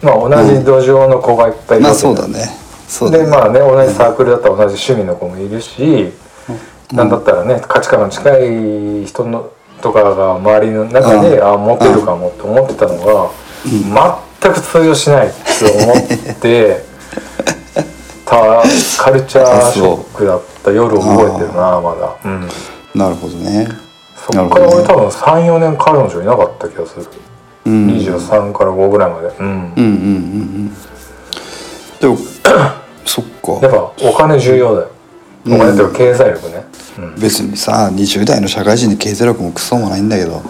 S1: まあ同じ土壌の子がいっぱいいるわけじ
S2: まあ
S1: ゃ
S2: そ
S1: ん
S2: うだねそうだ
S1: で
S2: ね、
S1: まあね同じサークルだったら同じ趣味の子もいるし、なんだったらね価値観の近い人のとかが周りの中で、
S2: うん
S1: あモテるかもって思ってたのが、全く通用しないって思って たカルチャーショックだった夜を覚えてるなまだ、うん、
S2: なるほどね
S1: そ
S2: な
S1: っ
S2: る
S1: か
S2: ほ
S1: ら
S2: ど
S1: 俺
S2: ね
S1: 多分34年彼女いなかった気がする、
S2: うんうん
S1: 23から5ぐらいまでうん
S2: うんうんうんで もそっ
S1: やっ
S2: か
S1: ぱお金重要だよお金っていうか経済力ね、うん
S2: 別にさ20代の社会人に経済力もクソもないんだけど、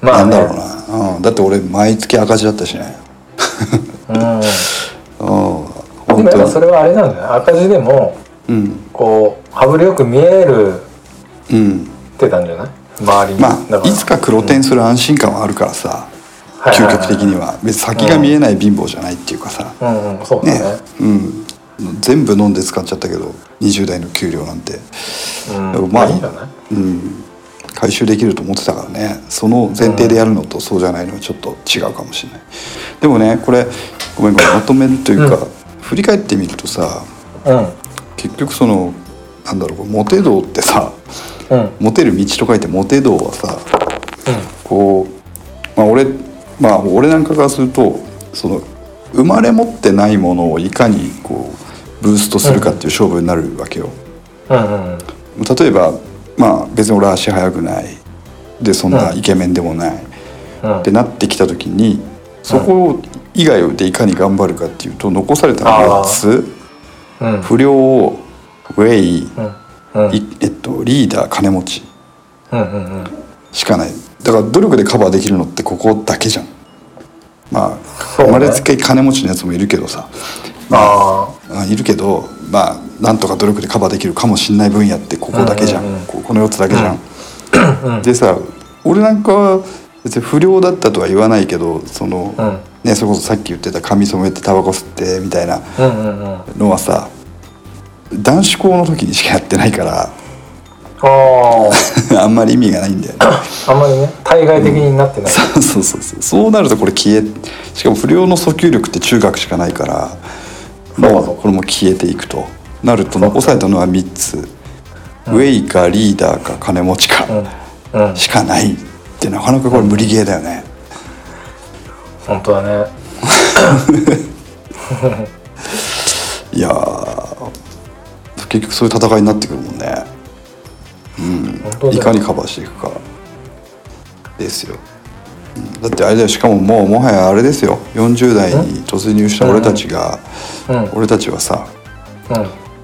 S1: まあね
S2: なんだろうな、うん、だって俺毎月赤字だったしね
S1: うん
S2: うん
S1: で
S2: 本
S1: もやっぱ
S2: 当
S1: そ
S2: に
S1: れはあれなんだよ赤字でも
S2: うん
S1: こう羽振りよく見える
S2: うん
S1: ってたんじゃない周りに、
S2: ま
S1: だ
S2: あいつか黒点する安心感はあるからさ、
S1: はい
S2: 究極的には別に先が見えない貧乏じゃないっていうかさ、
S1: うんうんそうだ
S2: ね
S1: ね
S2: うん全部飲んで使っちゃったけど20代の給料なんて、
S1: うん
S2: まあ
S1: いいんじゃない
S2: うん、回収できると思ってたからねその前提でやるのとそうじゃないのはちょっと違うかもしれないでもねこれごめんごめんまとめるというか、振り返ってみるとさ結局そのなんだろうモテ道ってさ
S1: うんうん
S2: モテる道と書いてモテ道はさ、こう、まあ、俺まあ俺なんかからするとその生まれ持ってないものをいかにこうブーストするかっていう勝負になるわけよ。
S1: うんうん
S2: 例えば、まあ、別に俺は足速くないでそんなイケメンでもない、
S1: うん
S2: ってなってきた時にそこ以外でいかに頑張るかっていうと残された4つ
S1: うん
S2: 不良ウェイ、
S1: うん
S2: いえっと、リーダー金持ち
S1: うんうんうん
S2: しかないだから努力でカバーできるのってここだけじゃんまあ
S1: そうね
S2: 生まれつき金持ちのやつもいるけどさ
S1: あ
S2: あいるけどまあなんとか努力でカバーできるかもしんない分野ってここだけじゃん、
S1: うんうんうん
S2: ここの4つだけじゃん、でさ俺なんかは別に不良だったとは言わないけどその、
S1: うん
S2: ねそれこそさっき言ってた髪染めてタバコ吸ってみたいな
S1: あうんうんうんあ
S2: のはさ男子校の時にしかやってないから
S1: あ
S2: あんまり意味がないんだよね
S1: あんまりね対外的になってない、
S2: そう そうそうそうそうなるとこれ消えしかも不良の訴求力って中学しかないからもうこれも消えていくとなると残されたのは3つ、ウェイかリーダーか金持ちか
S1: うんうん
S2: しかないってなかなかこれ無理ゲーだよね、
S1: 本当だね
S2: いやー結局そういう戦いになってくるもんね
S1: 本当だ
S2: いかにカバーしていくかですよ、うんだってあれだよしかももうもはやあれですよ40代に突入した俺たちが、
S1: うん
S2: 俺たちはさ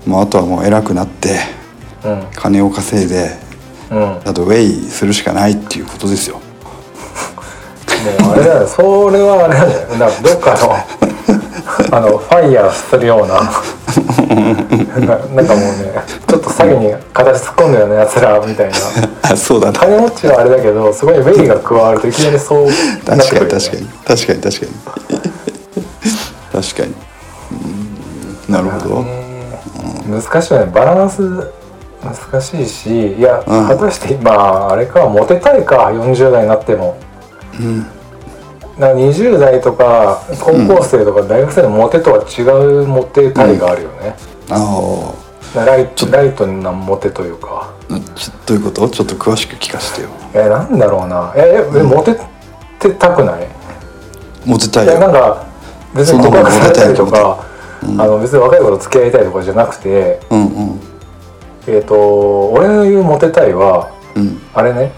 S1: う
S2: もうあとはもう偉くなって
S1: んうん
S2: 金を稼いで
S1: うんもう
S2: あとウェイするしかないっていうことですよ
S1: あれだよねそれはあれだよねなんかどっかのあのファイヤーするよう なななんかもうねちょっと詐欺に形突っ込んだよねやつらみたいな
S2: あそうだな
S1: 金持ちはあれだけどそこにウェイが加わるといきなりそうなって
S2: 確
S1: く
S2: か
S1: るよ
S2: に
S1: ね
S2: 確かに確かに確かに 確かにうんなるほど
S1: 難しいよねバランス難しいしいや、
S2: うん
S1: 果たしてまああれかモテたいか40代になっても、なんか20代とか高校生とか大学生のモテとは違うモテたいがあるよね、
S2: あ
S1: ライトライトなモテというか
S2: あちょどういうことちょっと詳しく聞かせてよ
S1: えなんだろうなええモテてたくない、
S2: モテたい
S1: いやな
S2: よ
S1: んか別に告白されたりとか、あの別に若い頃付き合いたいとかじゃなくて、
S2: うんうん
S1: えっ、と俺の言うモテたいは
S2: うん
S1: あれね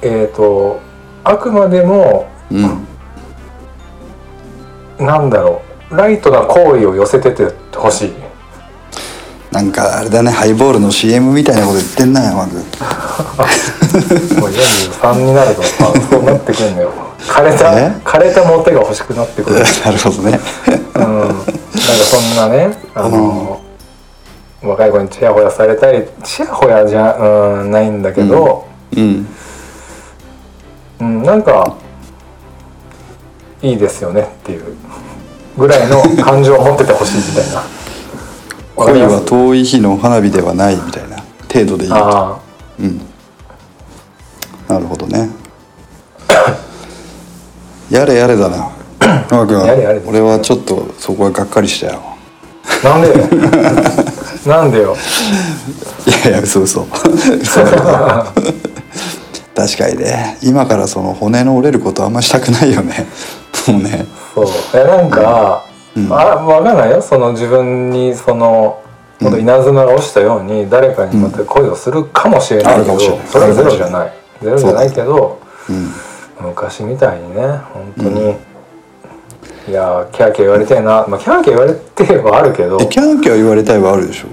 S1: えっ、とあくまでも
S2: うん
S1: なんだろうライトな行為を寄せててほしい
S2: なんかあれだねハイボールの CM みたいなこと言ってん な山君
S1: もう43になるとあそうなってくるんだよ枯れ
S2: え
S1: た枯れたモテが欲しくなってくるうん
S2: なるほどね
S1: なんかそんなねあの、若い子にチヤホヤされたりチヤホヤじゃ、うん、ないんだけど、
S2: うん
S1: うん、なんかいいですよねっていうぐらいの感情を持っててほしいみたいなわかり
S2: 恋
S1: ます
S2: は遠い日の花火ではないみたいな程度でいいな
S1: あ
S2: るほどね やれやれだ な山君
S1: やれやれ
S2: 俺はちょっとそこはがっかりしたよ
S1: あなんでなんでよ
S2: いやいや嘘 嘘嘘だけど確かにね今からその骨の折れることあんましたくないよねもうね
S1: そうえなんか、あわかんないよその自分にその本当稲妻が落ちたように誰かにまた恋をするかもしれないけど、
S2: あるかもしれない
S1: それはゼロじゃないゼロじゃない
S2: そう
S1: けど、昔みたいにね本当に、いやーキャーキャー言われてえな、まあ、キャーキャー言われてはあるけど
S2: えキャーキャー言われたいはあるでしょ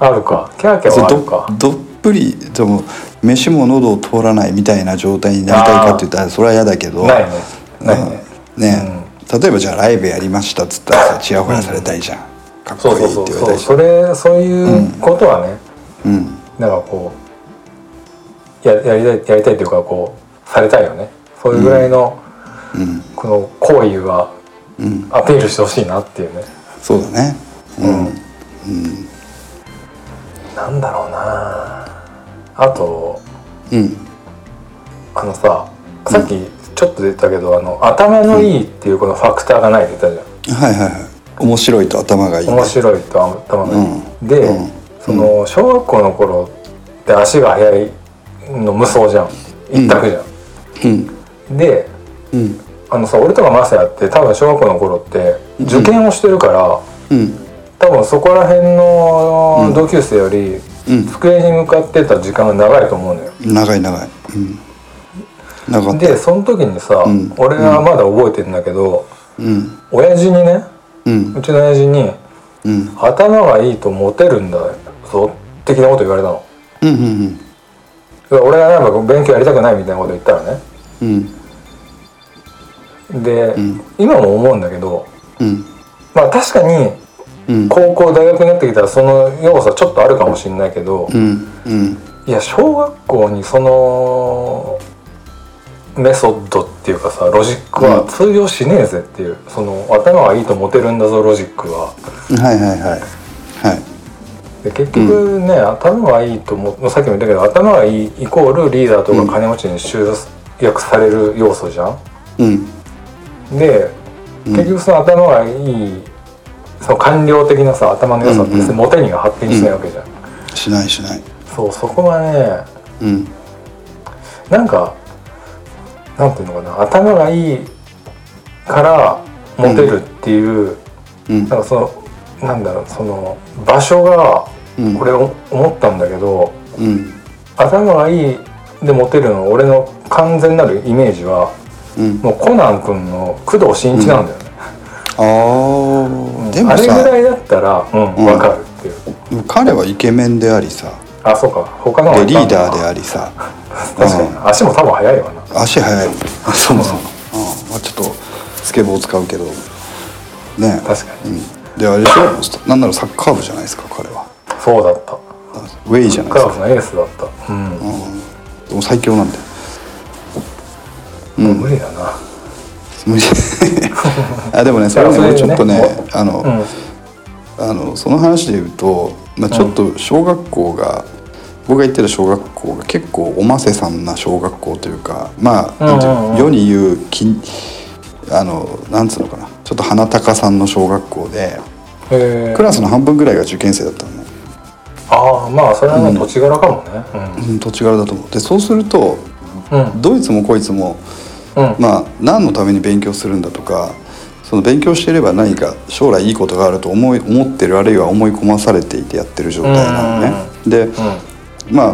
S1: あるかキャーキャー
S2: そ
S1: は
S2: う
S1: あるか
S2: どどっぷりでも飯も喉を通らないみたいな状態になりたいかって言ったらそれは嫌だけど
S1: ないねないね、
S2: うんね例えばじゃあライブやりましたっつったらさちやほやされたいじゃん、かっ
S1: そ
S2: こ
S1: う
S2: い
S1: そ
S2: いう
S1: そ
S2: っ
S1: う
S2: て言われ
S1: そう
S2: たいじゃん
S1: それそういうことはね、
S2: うん
S1: なんかこうややりたいやりたいというかこうされたいよねそういうぐらいの、
S2: ん
S1: この行為はアピールしてほしいなっていうね、
S2: そうだね
S1: なんだろうなあと
S2: うん
S1: あのささっきちょっと出たけど、あの頭のいいっていうこのファクターがないって言ったじゃん
S2: はいはいはい面白いと頭がいいね、
S1: 面白いと頭がいい、で、その小学校の頃って足が速いの無双じゃん一択じゃん、
S2: うん
S1: で
S2: うん
S1: あのさ俺とかマサヤって多分小学校の頃って受験をしてるから、
S2: うん
S1: 多分そこら辺の同級生より
S2: うん
S1: 机に向かってた時間が長いと思うのよ、
S2: 長い長いうんなかった
S1: でその時にさ、
S2: ん
S1: 俺はまだ覚えてんだけど、
S2: うん
S1: 親父にね
S2: うん
S1: うちの親父に
S2: うん
S1: 「頭がいいとモテるんだぞ」的なこと言われたの。
S2: うんうん
S1: だから俺がなんか勉強やりたくないみたいなこと言ったらね
S2: うん
S1: で、今も思うんだけど
S2: うん
S1: まあ確かに
S2: うん
S1: 高校大学になってきたらその要素はちょっとあるかもしれないけど、
S2: うんうん
S1: いや小学校にそのメソッドっていうかさロジックは通用しねえぜっていう、その頭がいいとモテるんだぞロジックは。
S2: はいはいはいはい
S1: で結局ね、頭がいいともまあさっきも言ったけど頭がいいイコールリーダーとか金持ちに集約される要素じゃん。
S2: うん
S1: で結局その頭がいいその官僚的なさ頭の良さって別にモテには発展しないわけじゃん。
S2: しないしない
S1: そうそこがね
S2: うん
S1: なんかなんていうのかな頭がいいからモテるっていう、
S2: うん
S1: なんかそのなんだろうその場所が
S2: うん
S1: 俺お思ったんだけど、
S2: うん
S1: 頭がいいでモテるの俺の完全なるイメージは
S2: うん
S1: もうコナン君の工藤新一なんだよね、
S2: あーで
S1: あ
S2: も
S1: れぐ
S2: さ
S1: らいだったらうん
S2: ん
S1: 分かるっていう、
S2: 彼はイケメンでありさ
S1: あそうか他の
S2: でリーダーで
S1: で
S2: ありさ
S1: 確かに足も多分速いわな
S2: 足速いそもそも、うんまあ、ちょっとスケボー使うけどね
S1: 確かに、
S2: うん、であれでしょなんならサッカー部じゃないですか彼は
S1: そうだった
S2: ウェイじゃない
S1: カ
S2: です
S1: ー
S2: か
S1: フのエースだったうん
S2: でも最強なんだよ
S1: もう無理だな、
S2: 無理 あでもねそれはね
S1: いや
S2: 俺ち
S1: そ
S2: ょ
S1: れ
S2: っとね
S1: ね
S2: あの、あのその話で言うと、まあ、ちょっと小学校が、僕が行ってる小学校が結構おませさんな小学校というかまあ、なんていうの
S1: うんうんうん
S2: 世に言うきあのなんつうのかなちょっと鼻高さんの小学校で
S1: え
S2: クラスの半分ぐらいが受験生だったのね、
S1: ああまあそれはもう土地柄かもね
S2: うん、土地柄だと思うでそうすると
S1: うんうん
S2: どいつもこいつも
S1: うん
S2: まあ、何のために勉強するんだとかその勉強していれば何か将来いいことがあると思い思ってるあるいは思い込まされていてやってる状態なのね。で、まあ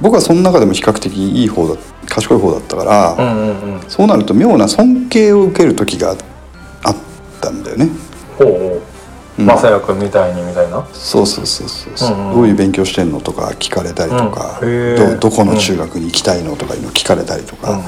S2: 僕はその中でも比較的いい方だ賢い方だったから、
S1: うんうんうん
S2: そうなると妙な尊敬を受ける時があったんだよね。
S1: ほうほうまさやくんみたいにみたいな
S2: そうそうそうそうそう、
S1: うんうん
S2: どういう勉強してんのとか聞かれたりとか、
S1: うんへー
S2: どどこの中学に行きたいのとかいうの聞かれたりとか、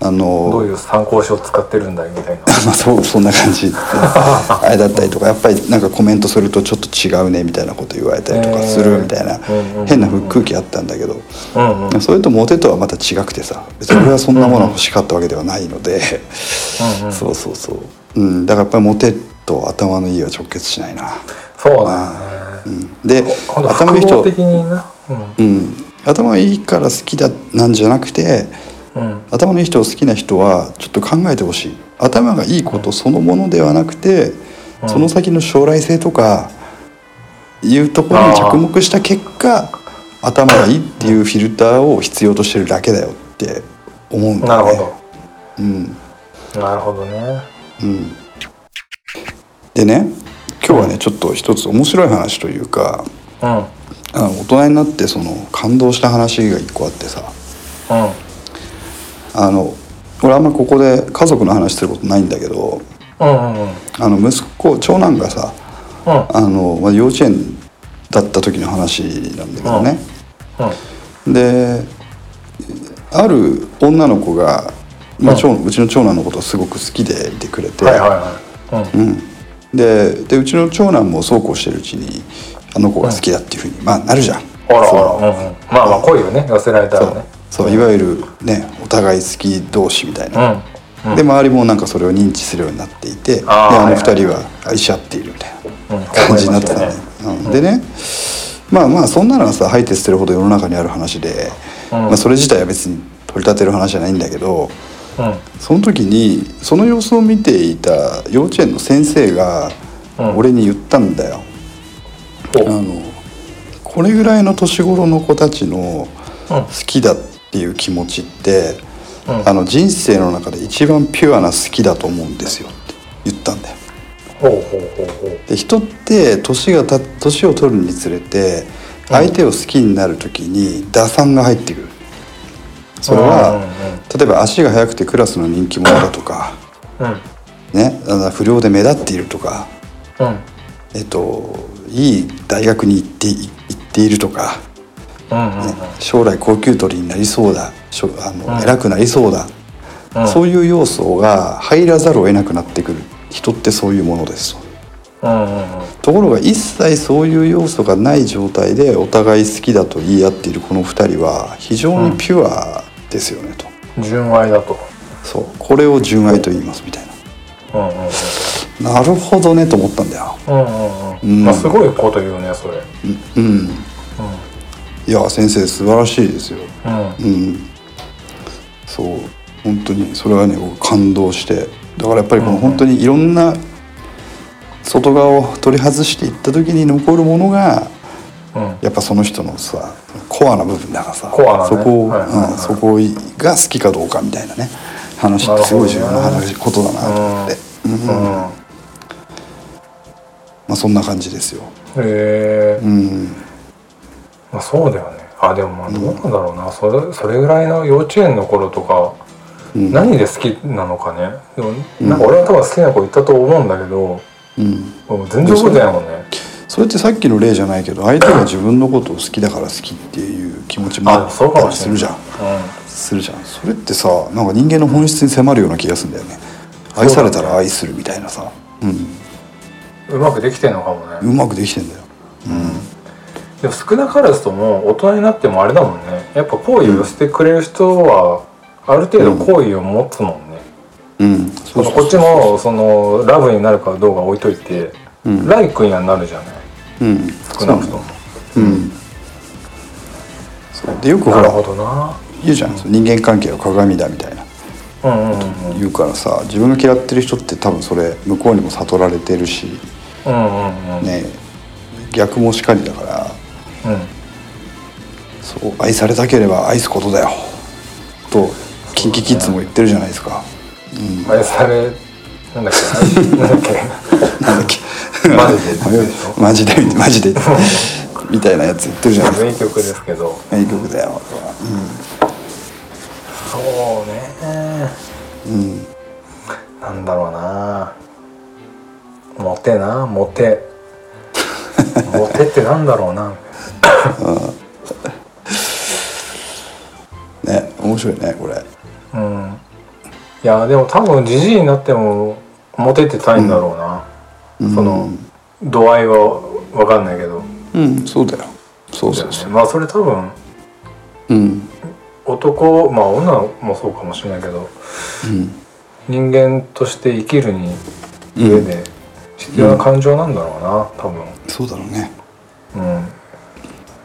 S2: あの
S1: どういう参考書を使ってるんだいみたいな
S2: まあそう そんな感じ あれだったりとかやっぱりなんかコメントするとちょっと違うねみたいなこと言われたりとかするみたいな
S1: えーうんうんうん
S2: 変な空気あったんだけど
S1: うんうん
S2: それとモテとはまた違くてさ別に俺はそんなもの欲しかったわけではないのでそうそうそう、うん、だからやっぱりモテと頭のいいは直結しないな、
S1: そうだね
S2: うん、で
S1: 今度
S2: 頭のいい
S1: 複合
S2: 人
S1: 的、になうん
S2: うん、頭がいいから好きだなんじゃなくて
S1: うん
S2: 頭のいい人を好きな人はちょっと考えてほしい頭がいいことそのものではなくて、その先の将来性とかいうところに着目した結果頭がいいっていうフィルターを必要としてるだけだよって思うんだ
S1: な
S2: よ
S1: る
S2: ね。
S1: ほ
S2: うん
S1: どなるほどね
S2: うん、でね今日はねちょっと一つ面白い話というか
S1: うんうん
S2: あの大人になってその感動した話が一個あってさあの俺あんまここで家族の話することないんだけど
S1: うんうんうん
S2: あの息子長男がさ
S1: うん
S2: あの、まあ、幼稚園だった時の話なんだけどね、
S1: うん
S2: である女の子が、まあ長うちの長男のことをすごく好きでいてくれて、
S1: はいはいはいうん
S2: うん、ででうちの長男もそうこうしてるうちにあの子が好きだっていうふうに、まあ、なるじゃん。
S1: ほら
S2: そ
S1: ほ
S2: う
S1: らうんうんまあまあ恋をね寄せられた
S2: そ
S1: ら
S2: う
S1: ね
S2: そういわゆるねお互い好き同士みたいな、
S1: うん
S2: で周りもなんかそれを認知するようになっていてで
S1: あー
S2: あ
S1: は
S2: の
S1: い
S2: 二
S1: はい
S2: 人は愛し合っているみたいな
S1: うん
S2: 感じになってたね。うんでねまあまあそんなのはさ吐いて捨てるほど世の中にある話で、まあ、それ自体は別に取り立てる話じゃないんだけど
S1: うん
S2: その時にその様子を見ていた幼稚園の先生が俺に言ったんだよ。
S1: お
S2: あのこれぐらいの年頃の子たちの好きだっていう気持ちって、あの人生の中で一番ピュアな好きだと思うんですよって言ったんだよ。
S1: ほうほうほうほう
S2: で人って年がた年を取るにつれて相手を好きになる時に打算が入ってくる。それは、例えば足が速くてクラスの人気者だとか、
S1: うんうん
S2: ね、あの不良で目立っているとか、えっと、いい大学に行ってい行っているとか、
S1: うんうん
S2: 将来高給取りになりそうだしょあの、
S1: うん
S2: 偉くなりそうだ、
S1: うん
S2: そういう要素が入らざるを得なくなってくる人ってそういうものですと。
S1: うんうんうん
S2: ところが一切そういう要素がない状態でお互い好きだと言い合っているこの2人は非常にピュアですよねと、
S1: 純愛だと
S2: そうこれを純愛と言いますみたい
S1: うんうん
S2: ななるほどねと思ったんだよ
S1: うんうんうん
S2: うん
S1: まあすごいこと言うねそれ
S2: うんいや先生素晴らしいですよ
S1: うん
S2: うんそう本当にそれはね僕感動してだからやっぱりこの本当にいろんな外側を取り外していった時に残るものが
S1: うん
S2: やっぱその人のさコアな部分だからさ
S1: コアなね
S2: そこを、
S1: はいはいはい
S2: うん、そこが好きかどうかみたいなね話ってすごい重要
S1: なるほど
S2: な
S1: ね
S2: 話ことだなと思って、うんま
S1: うん
S2: あ、そんな感じですよ。
S1: へえ
S2: うん、
S1: まあそうだよねあでもまあどうなんだろうな、それそれぐらいの幼稚園の頃とか、
S2: うん
S1: 何で好きなのかねでもなんか俺は多分好きな子いたと思うんだけど、
S2: うん、
S1: もう全然覚えてないもんね
S2: それってさっきの例じゃないけど相手が自分のことを好きだから好きっていう気持ちもあ
S1: あ
S2: っ
S1: そうか
S2: た
S1: も
S2: り
S1: し
S2: す
S1: れな
S2: る
S1: い
S2: じゃんするじゃんそれってさなんか人間の本質に迫るような気がするんだよね愛されたら愛するみたいなさ、うん、
S1: うん、うまくできてんのかもね、
S2: うまくできてんだよ
S1: でも少なからずとも大人になってもあれだもんねやっぱ好意を寄せてくれる人はある程度好意を持つもんね、
S2: うん
S1: そ
S2: そ
S1: うの
S2: そう
S1: こっちもそのラブになるかどうか置いといて、
S2: うん
S1: ライクにはなるじゃない
S2: うん
S1: 少なくとも
S2: うんそうでよくほ
S1: な
S2: ら
S1: るほどな
S2: 言うじゃんその人間関係は鏡だみたいな
S1: うんうんうん
S2: 言うからさ自分が嫌ってる人って多分それ向こうにも悟られてるし
S1: うんうんうん
S2: ね逆もしかりだから
S1: うん
S2: そう愛されたければ愛すことだよと KinKiKids も言ってるじゃないですか
S1: 愛されなんだっけなんだっ
S2: なんだっけ
S1: けマジで言ってるでしょ
S2: マジでマジでみたいなやつ言ってるじゃないで
S1: 名
S2: す
S1: 曲ですけど
S2: か名曲だよ
S1: そうね
S2: うん
S1: なんだろうなモテなモ テモテってなんだろうな
S2: ね面白いねこれ
S1: うんいやでも多分じじいになってもモテてたいんだろうな、その度合いは分かんないけど、
S2: うんそうだよそうそう
S1: まあそれ多分
S2: うん
S1: 男まあ女もそうかもしれないけど
S2: うん
S1: 人間として生きるに
S2: う
S1: 上
S2: ん
S1: で必要な感情なんだろうな、多
S2: そうだろうね
S1: 分、うん、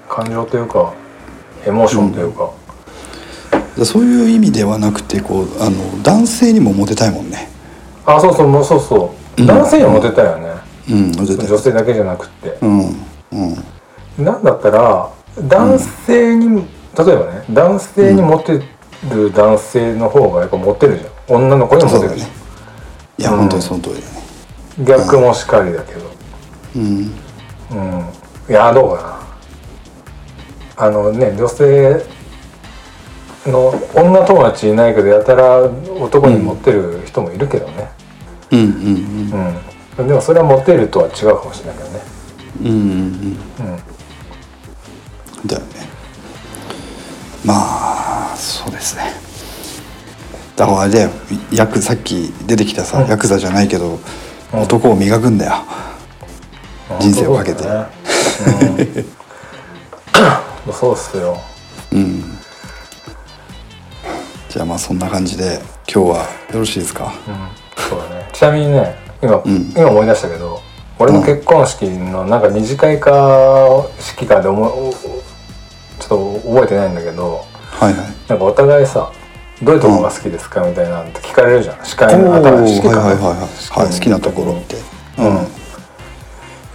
S1: 感情というかエモーションというか、
S2: でそういう意味ではなくてこうあの男性にもモテたいもんね
S1: あそうそうもうそうそう、男性にはモテたよね、
S2: うんモテたい
S1: 女性だけじゃなくって、
S2: うんうん
S1: なんだったら男性に、例えばね男性にモテる男性の方がやっぱモテるじゃん女の子にも
S2: そ
S1: モ
S2: う
S1: テ
S2: だ
S1: るじ
S2: ね
S1: ゃん、
S2: いや、本当にその通りだね
S1: 逆もしかりだけど
S2: うん
S1: うんいやどうかなあのね女性の女友達いないけどやたら男にモテる人もいるけどね、
S2: うんうん
S1: うん、でもそれはモテるとは違うかもしれないけどね
S2: うんうんうんうんだよねまあそうですねだからあれだよヤクさっき出てきたさ、ヤクザじゃないけど、男を磨くんだよ人生をかけて
S1: そうだね うんそうっすよ
S2: うんじゃあまあそんな感じで今日はよろしいですか、
S1: そうだね。ちなみにね、今、
S2: ん
S1: 今思い出したけど、俺の結婚式のなんか二次会か式かで思いおおちょっと覚えてないんだけど、
S2: はいはい
S1: なんかお互いさ、どういうところが好きですかみたいなのって聞かれるじゃん。司会の
S2: はいはい
S1: 新しい式かな
S2: はいはい、はい、好きなところって、うん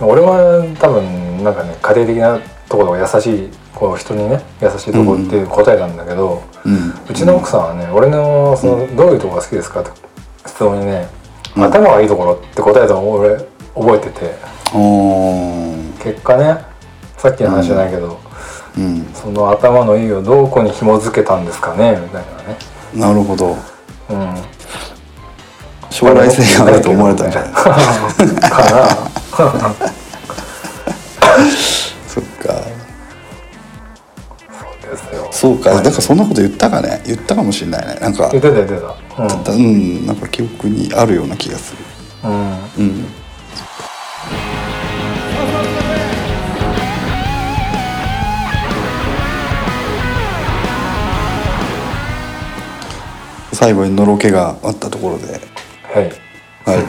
S1: 俺は多分なんかね家庭的なところが優しいこう人にね優しいところって答えたんだけど、う
S2: うん
S1: ちの奥さんはね俺のそのどういうところが好きですかって質問にね、頭がいいところって答えたのを俺覚えてて
S2: おー
S1: 結果ねさっきの話じゃないけど、
S2: うん
S1: その頭のいいをどこに紐付けたんですかねみたい
S2: なるほど
S1: なね。うん
S2: 将来性があると思われたんじゃ ない
S1: かな
S2: そっか
S1: そうですよ
S2: そうか、だからそんなこと言ったかね言ったかもしれないねなんか
S1: 出てた出てたうん、
S2: だうんなんか記憶にあるような気がする
S1: うん、
S2: うん最後にのろけがあったところで、
S1: はい
S2: はい、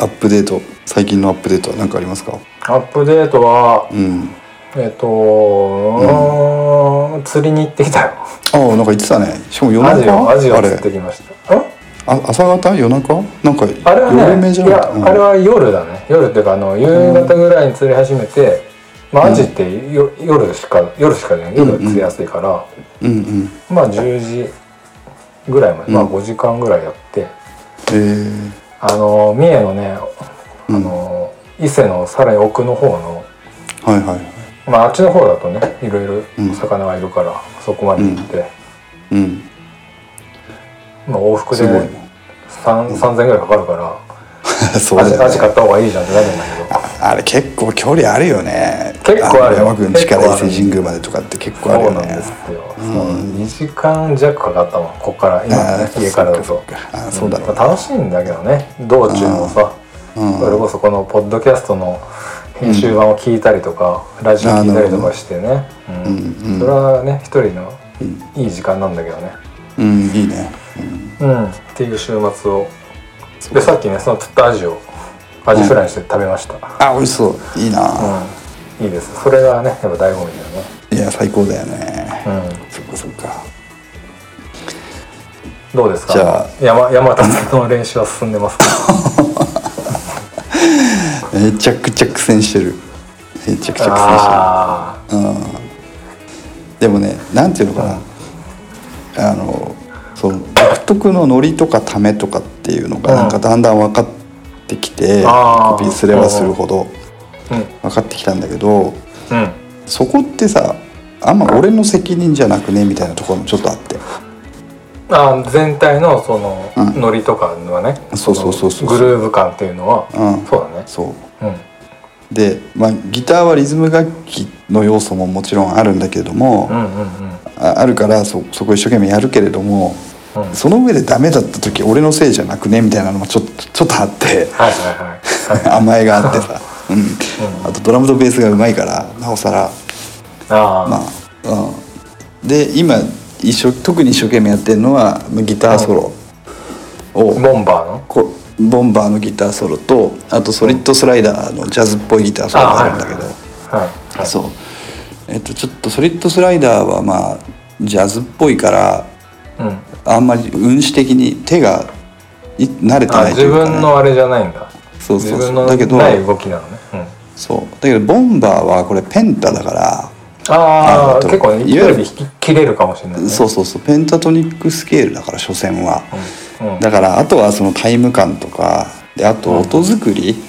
S2: アップデート最近のアップデートは何かありますか
S1: アップデートは
S2: うん
S1: えっ、とうーん釣りに行ってきたよ
S2: ああなんか言ってたねしかも夜
S1: アジを
S2: 中
S1: アジを
S2: あ
S1: 釣って
S2: れ
S1: きましたん
S2: あ朝方夜中なんか
S1: あれは
S2: 夜
S1: ね
S2: 目
S1: い
S2: じゃな
S1: や、
S2: くてうん
S1: あれは夜だね夜っていうかあの夕方ぐらいに釣り始めて、まあアジってよ夜しか夜しかね夜釣りやすいから、
S2: うんうん
S1: まあ10時ぐらいまで、まあ5時間ぐらいやって
S2: えー、
S1: あの三重のねあの、伊勢のさらに奥の方の
S2: はいはいはい
S1: まああっちの方だとねいろいろ魚がいるから、そこまで行って、
S2: うん
S1: まあ、往復です
S2: ごいね
S1: 3 3000ぐらいかかるから
S2: そうだ
S1: ア
S2: よ
S1: ジ
S2: ね
S1: アジ買った方がいいじゃんってなるんだけど
S2: あれ結構距離あるよね
S1: 結構あるよ
S2: の山君力伊勢神宮までとかって結構ある
S1: そ
S2: よ
S1: う
S2: ね
S1: なんですよ、そう2時間弱かかったもんこっから今
S2: あ
S1: ね
S2: ー
S1: 家からだ
S2: そっ
S1: と
S2: かそっかあーそうだろうね
S1: 楽しいんだけどね道中もさ
S2: うん
S1: それこそこのポッドキャストの編集版を聞いたりとか、ラジオ聞いたりとかしてね、うん
S2: うんうん
S1: それはね一人のいい時間なんだけどね
S2: うんいいね、うん
S1: うんっていう週末を
S2: そう
S1: でさっきねその釣ったアジをアジフライにして食べました、
S2: あ美味しそういいな、
S1: うん、いいですそれがねやっぱ醍醐味
S2: いや最高だよね、
S1: だよね、
S2: そっかそっか
S1: うん、どうですか
S2: じゃあ
S1: 山山田さんの練習は進んでますか
S2: めちゃくちゃ苦戦してるめちゃくちゃ苦戦してる
S1: あ
S2: でもねなんていうのかな、あのその独特のノリとかためとかっていうのが
S1: うん
S2: なんかだんだん分かってきて、
S1: あー
S2: コピーすればするほど
S1: あうん
S2: 分かってきたんだけど
S1: うん
S2: そこってさあんま俺の責任じゃなくねみたいなところもちょっとあって
S1: あ全体のその、
S2: うん
S1: ノリとかはね
S2: そうそうそうそう
S1: のグルーヴ感っていうのは、
S2: うん
S1: そうだね
S2: そう
S1: うん
S2: で、まあ、ギターはリズム楽器の要素ももちろんあるんだけれども、
S1: うんうんうん
S2: ああるからそそこ一生懸命やるけれども、
S1: うん
S2: その上でダメだった時俺のせいじゃなくねみたいなのもちょっとちょっとあ って。
S1: はいはいはい
S2: 甘えがあっ てさ、うん、あとドラムとベースがうまいからなおさら
S1: ああ、
S2: まあ、うん、で今一生特に一生懸命やってるのはギターソロを、
S1: ボンバーの
S2: こボンバーのギターソロとあとソリッドスライダーのジャズっぽいギターソロがあるんだけど、
S1: はいはい
S2: そうえっとちょっとソリッドスライダーはまあジャズっぽいから
S1: うん
S2: あんまり運指的に手がい慣れて
S1: あ
S2: ないとい
S1: 自
S2: うか、ね、
S1: 分のあれじゃないんだ
S2: そうそうそう
S1: 自分の
S2: だけど
S1: ない動きなのね、うん、
S2: そうだけどボンバーはこれペンタだから
S1: あ
S2: あ
S1: あ
S2: と
S1: 結構ね
S2: いわゆる
S1: 勢いで引き切れるかもしれない、ね、
S2: そうそうそうペンタトニックスケールだから所詮は、
S1: うん
S2: だからあとはそのタイム感とかであと音作り、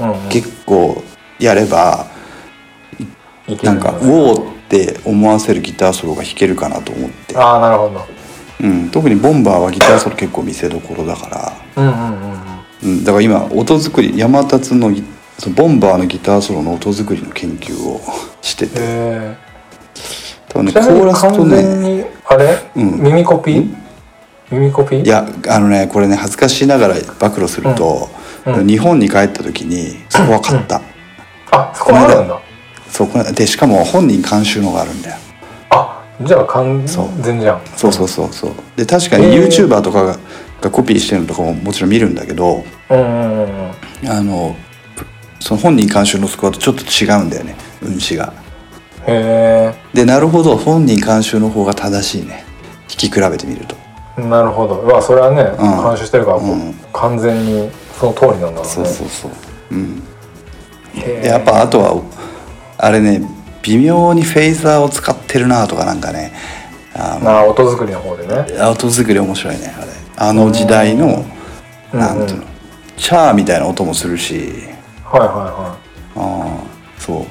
S1: うんうん
S2: 結構やれば、
S1: いけ
S2: な
S1: る
S2: んか「
S1: だ
S2: ウォー」って思わせるギターソロが弾けるかなと思って、
S1: ああなるほど
S2: うん、特にボンバーはギターソロ結構見せどころだから、
S1: うんうんうんうん
S2: うん、だから今音作り山立のギそのボンバーのギターソロの音作りの研究をしてて
S1: え
S2: 多分
S1: ー、
S2: ね
S1: ち
S2: コ
S1: なみに
S2: ーラスと
S1: 完全
S2: ね
S1: に、あれ、
S2: うん
S1: 耳コピー耳コピー
S2: いやあのねこれね恥ずかしながら暴露すると、
S1: うんうん
S2: 日本に帰った時にそこは買った、
S1: あそこあるんだ
S2: そうこれでしかも本人監修のがあるんだよ
S1: あじゃあ完
S2: そう
S1: 全じゃん
S2: そうそうそうそうで確かに
S1: へー
S2: YouTuber とかが,、がコピーしてるのとかももちろん見るんだけど
S1: うんうんうんうん
S2: あのその本人監修のスコアとちょっと違うんだよね運指が
S1: へ
S2: でなるほど本人監修の方が正しいね引き比べてみると
S1: えなるほどまあそれはね、
S2: ん
S1: 監修してるから、こう
S2: うん
S1: 完全にその通りなんだろうね
S2: そうそうそううん
S1: へ
S2: で
S1: え
S2: やっぱあとはあれね微妙にフェイザーを使ってるなとかなんかねあ
S1: なあ音作りの方でね
S2: の音作り面白いねあれあの時代のなんていうのチャーみたいな音もするし
S1: はいは
S2: ああそ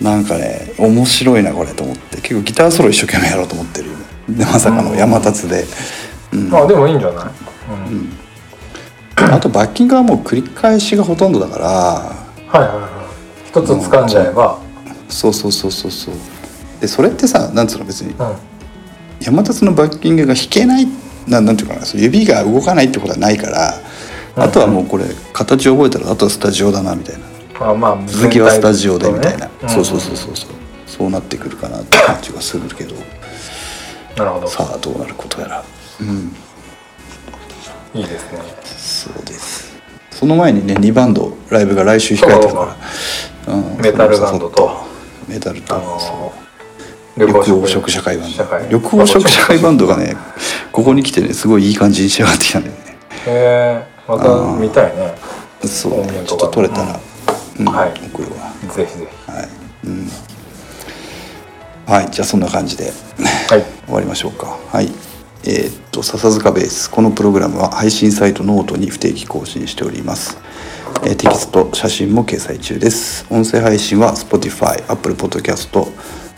S2: うなんかね面白いなこれと思って結構ギターソロ一生懸命やろうと思ってる今でまさかの山立で、うん
S1: まあでもいいんじゃない、うん
S2: あとバッキングはもう繰り返しがほとんどだから
S1: はいはいはい一つ掴んじゃえば、
S2: そうそうそうそうそうでそれってさなんつうの別に
S1: うん
S2: 山立のバッキングが弾けないななんていうかなその指が動かないってことはないから、あとはもうこれ形覚えたらあとはスタジオだなみたいな
S1: まあまあ
S2: 続きはスタジオでみたいな、
S1: 全体とね
S2: そうそうそうそうそうそうなってくるかなって感じがするけど
S1: うんなるほど
S2: さあどうなることやらうん
S1: いいですね
S2: そうですその前にね2バンドライブが来週控えてるから、うん
S1: メタルバンドと
S2: メタルと、
S1: あのー
S2: 緑黄色社会バンド緑黄色社会バンドがねここに来てねすごいいい感じに仕上がってきたんだよね
S1: へえまた見たいね
S2: そう
S1: 音
S2: ねちょ
S1: 源と
S2: っ
S1: か
S2: と撮れたら、うん
S1: はい
S2: 送るわ
S1: ぜひぜ
S2: はい、うん、はいじゃあそんな感じで
S1: ひはい
S2: 終わりましょうかはいえーっと笹塚ベースこのプログラムは配信サイトノートに不定期更新しております、えーテキスト写真も掲載中です音声配信は Spotify、Apple Podcast、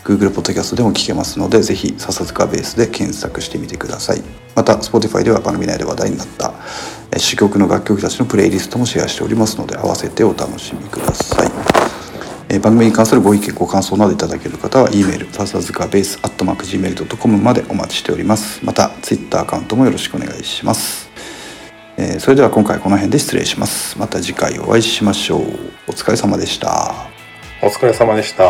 S2: Google Podcast でも聞けますのでぜひ笹塚ベースで検索してみてくださいまた Spotify では番組内で話題になったえー主曲の楽曲たちのプレイリストもシェアしておりますので合わせてお楽しみくださいえー番組に関するご意見ご感想などいただける方は E メール笹塚ベースアットマーク Gmail.com までお待ちしておりますまた Twitter アカウントもよろしくお願いします、えーそれでは今回はこの辺で失礼しますまた次回お会いしましょうお疲れ様でした
S1: お疲れ様でした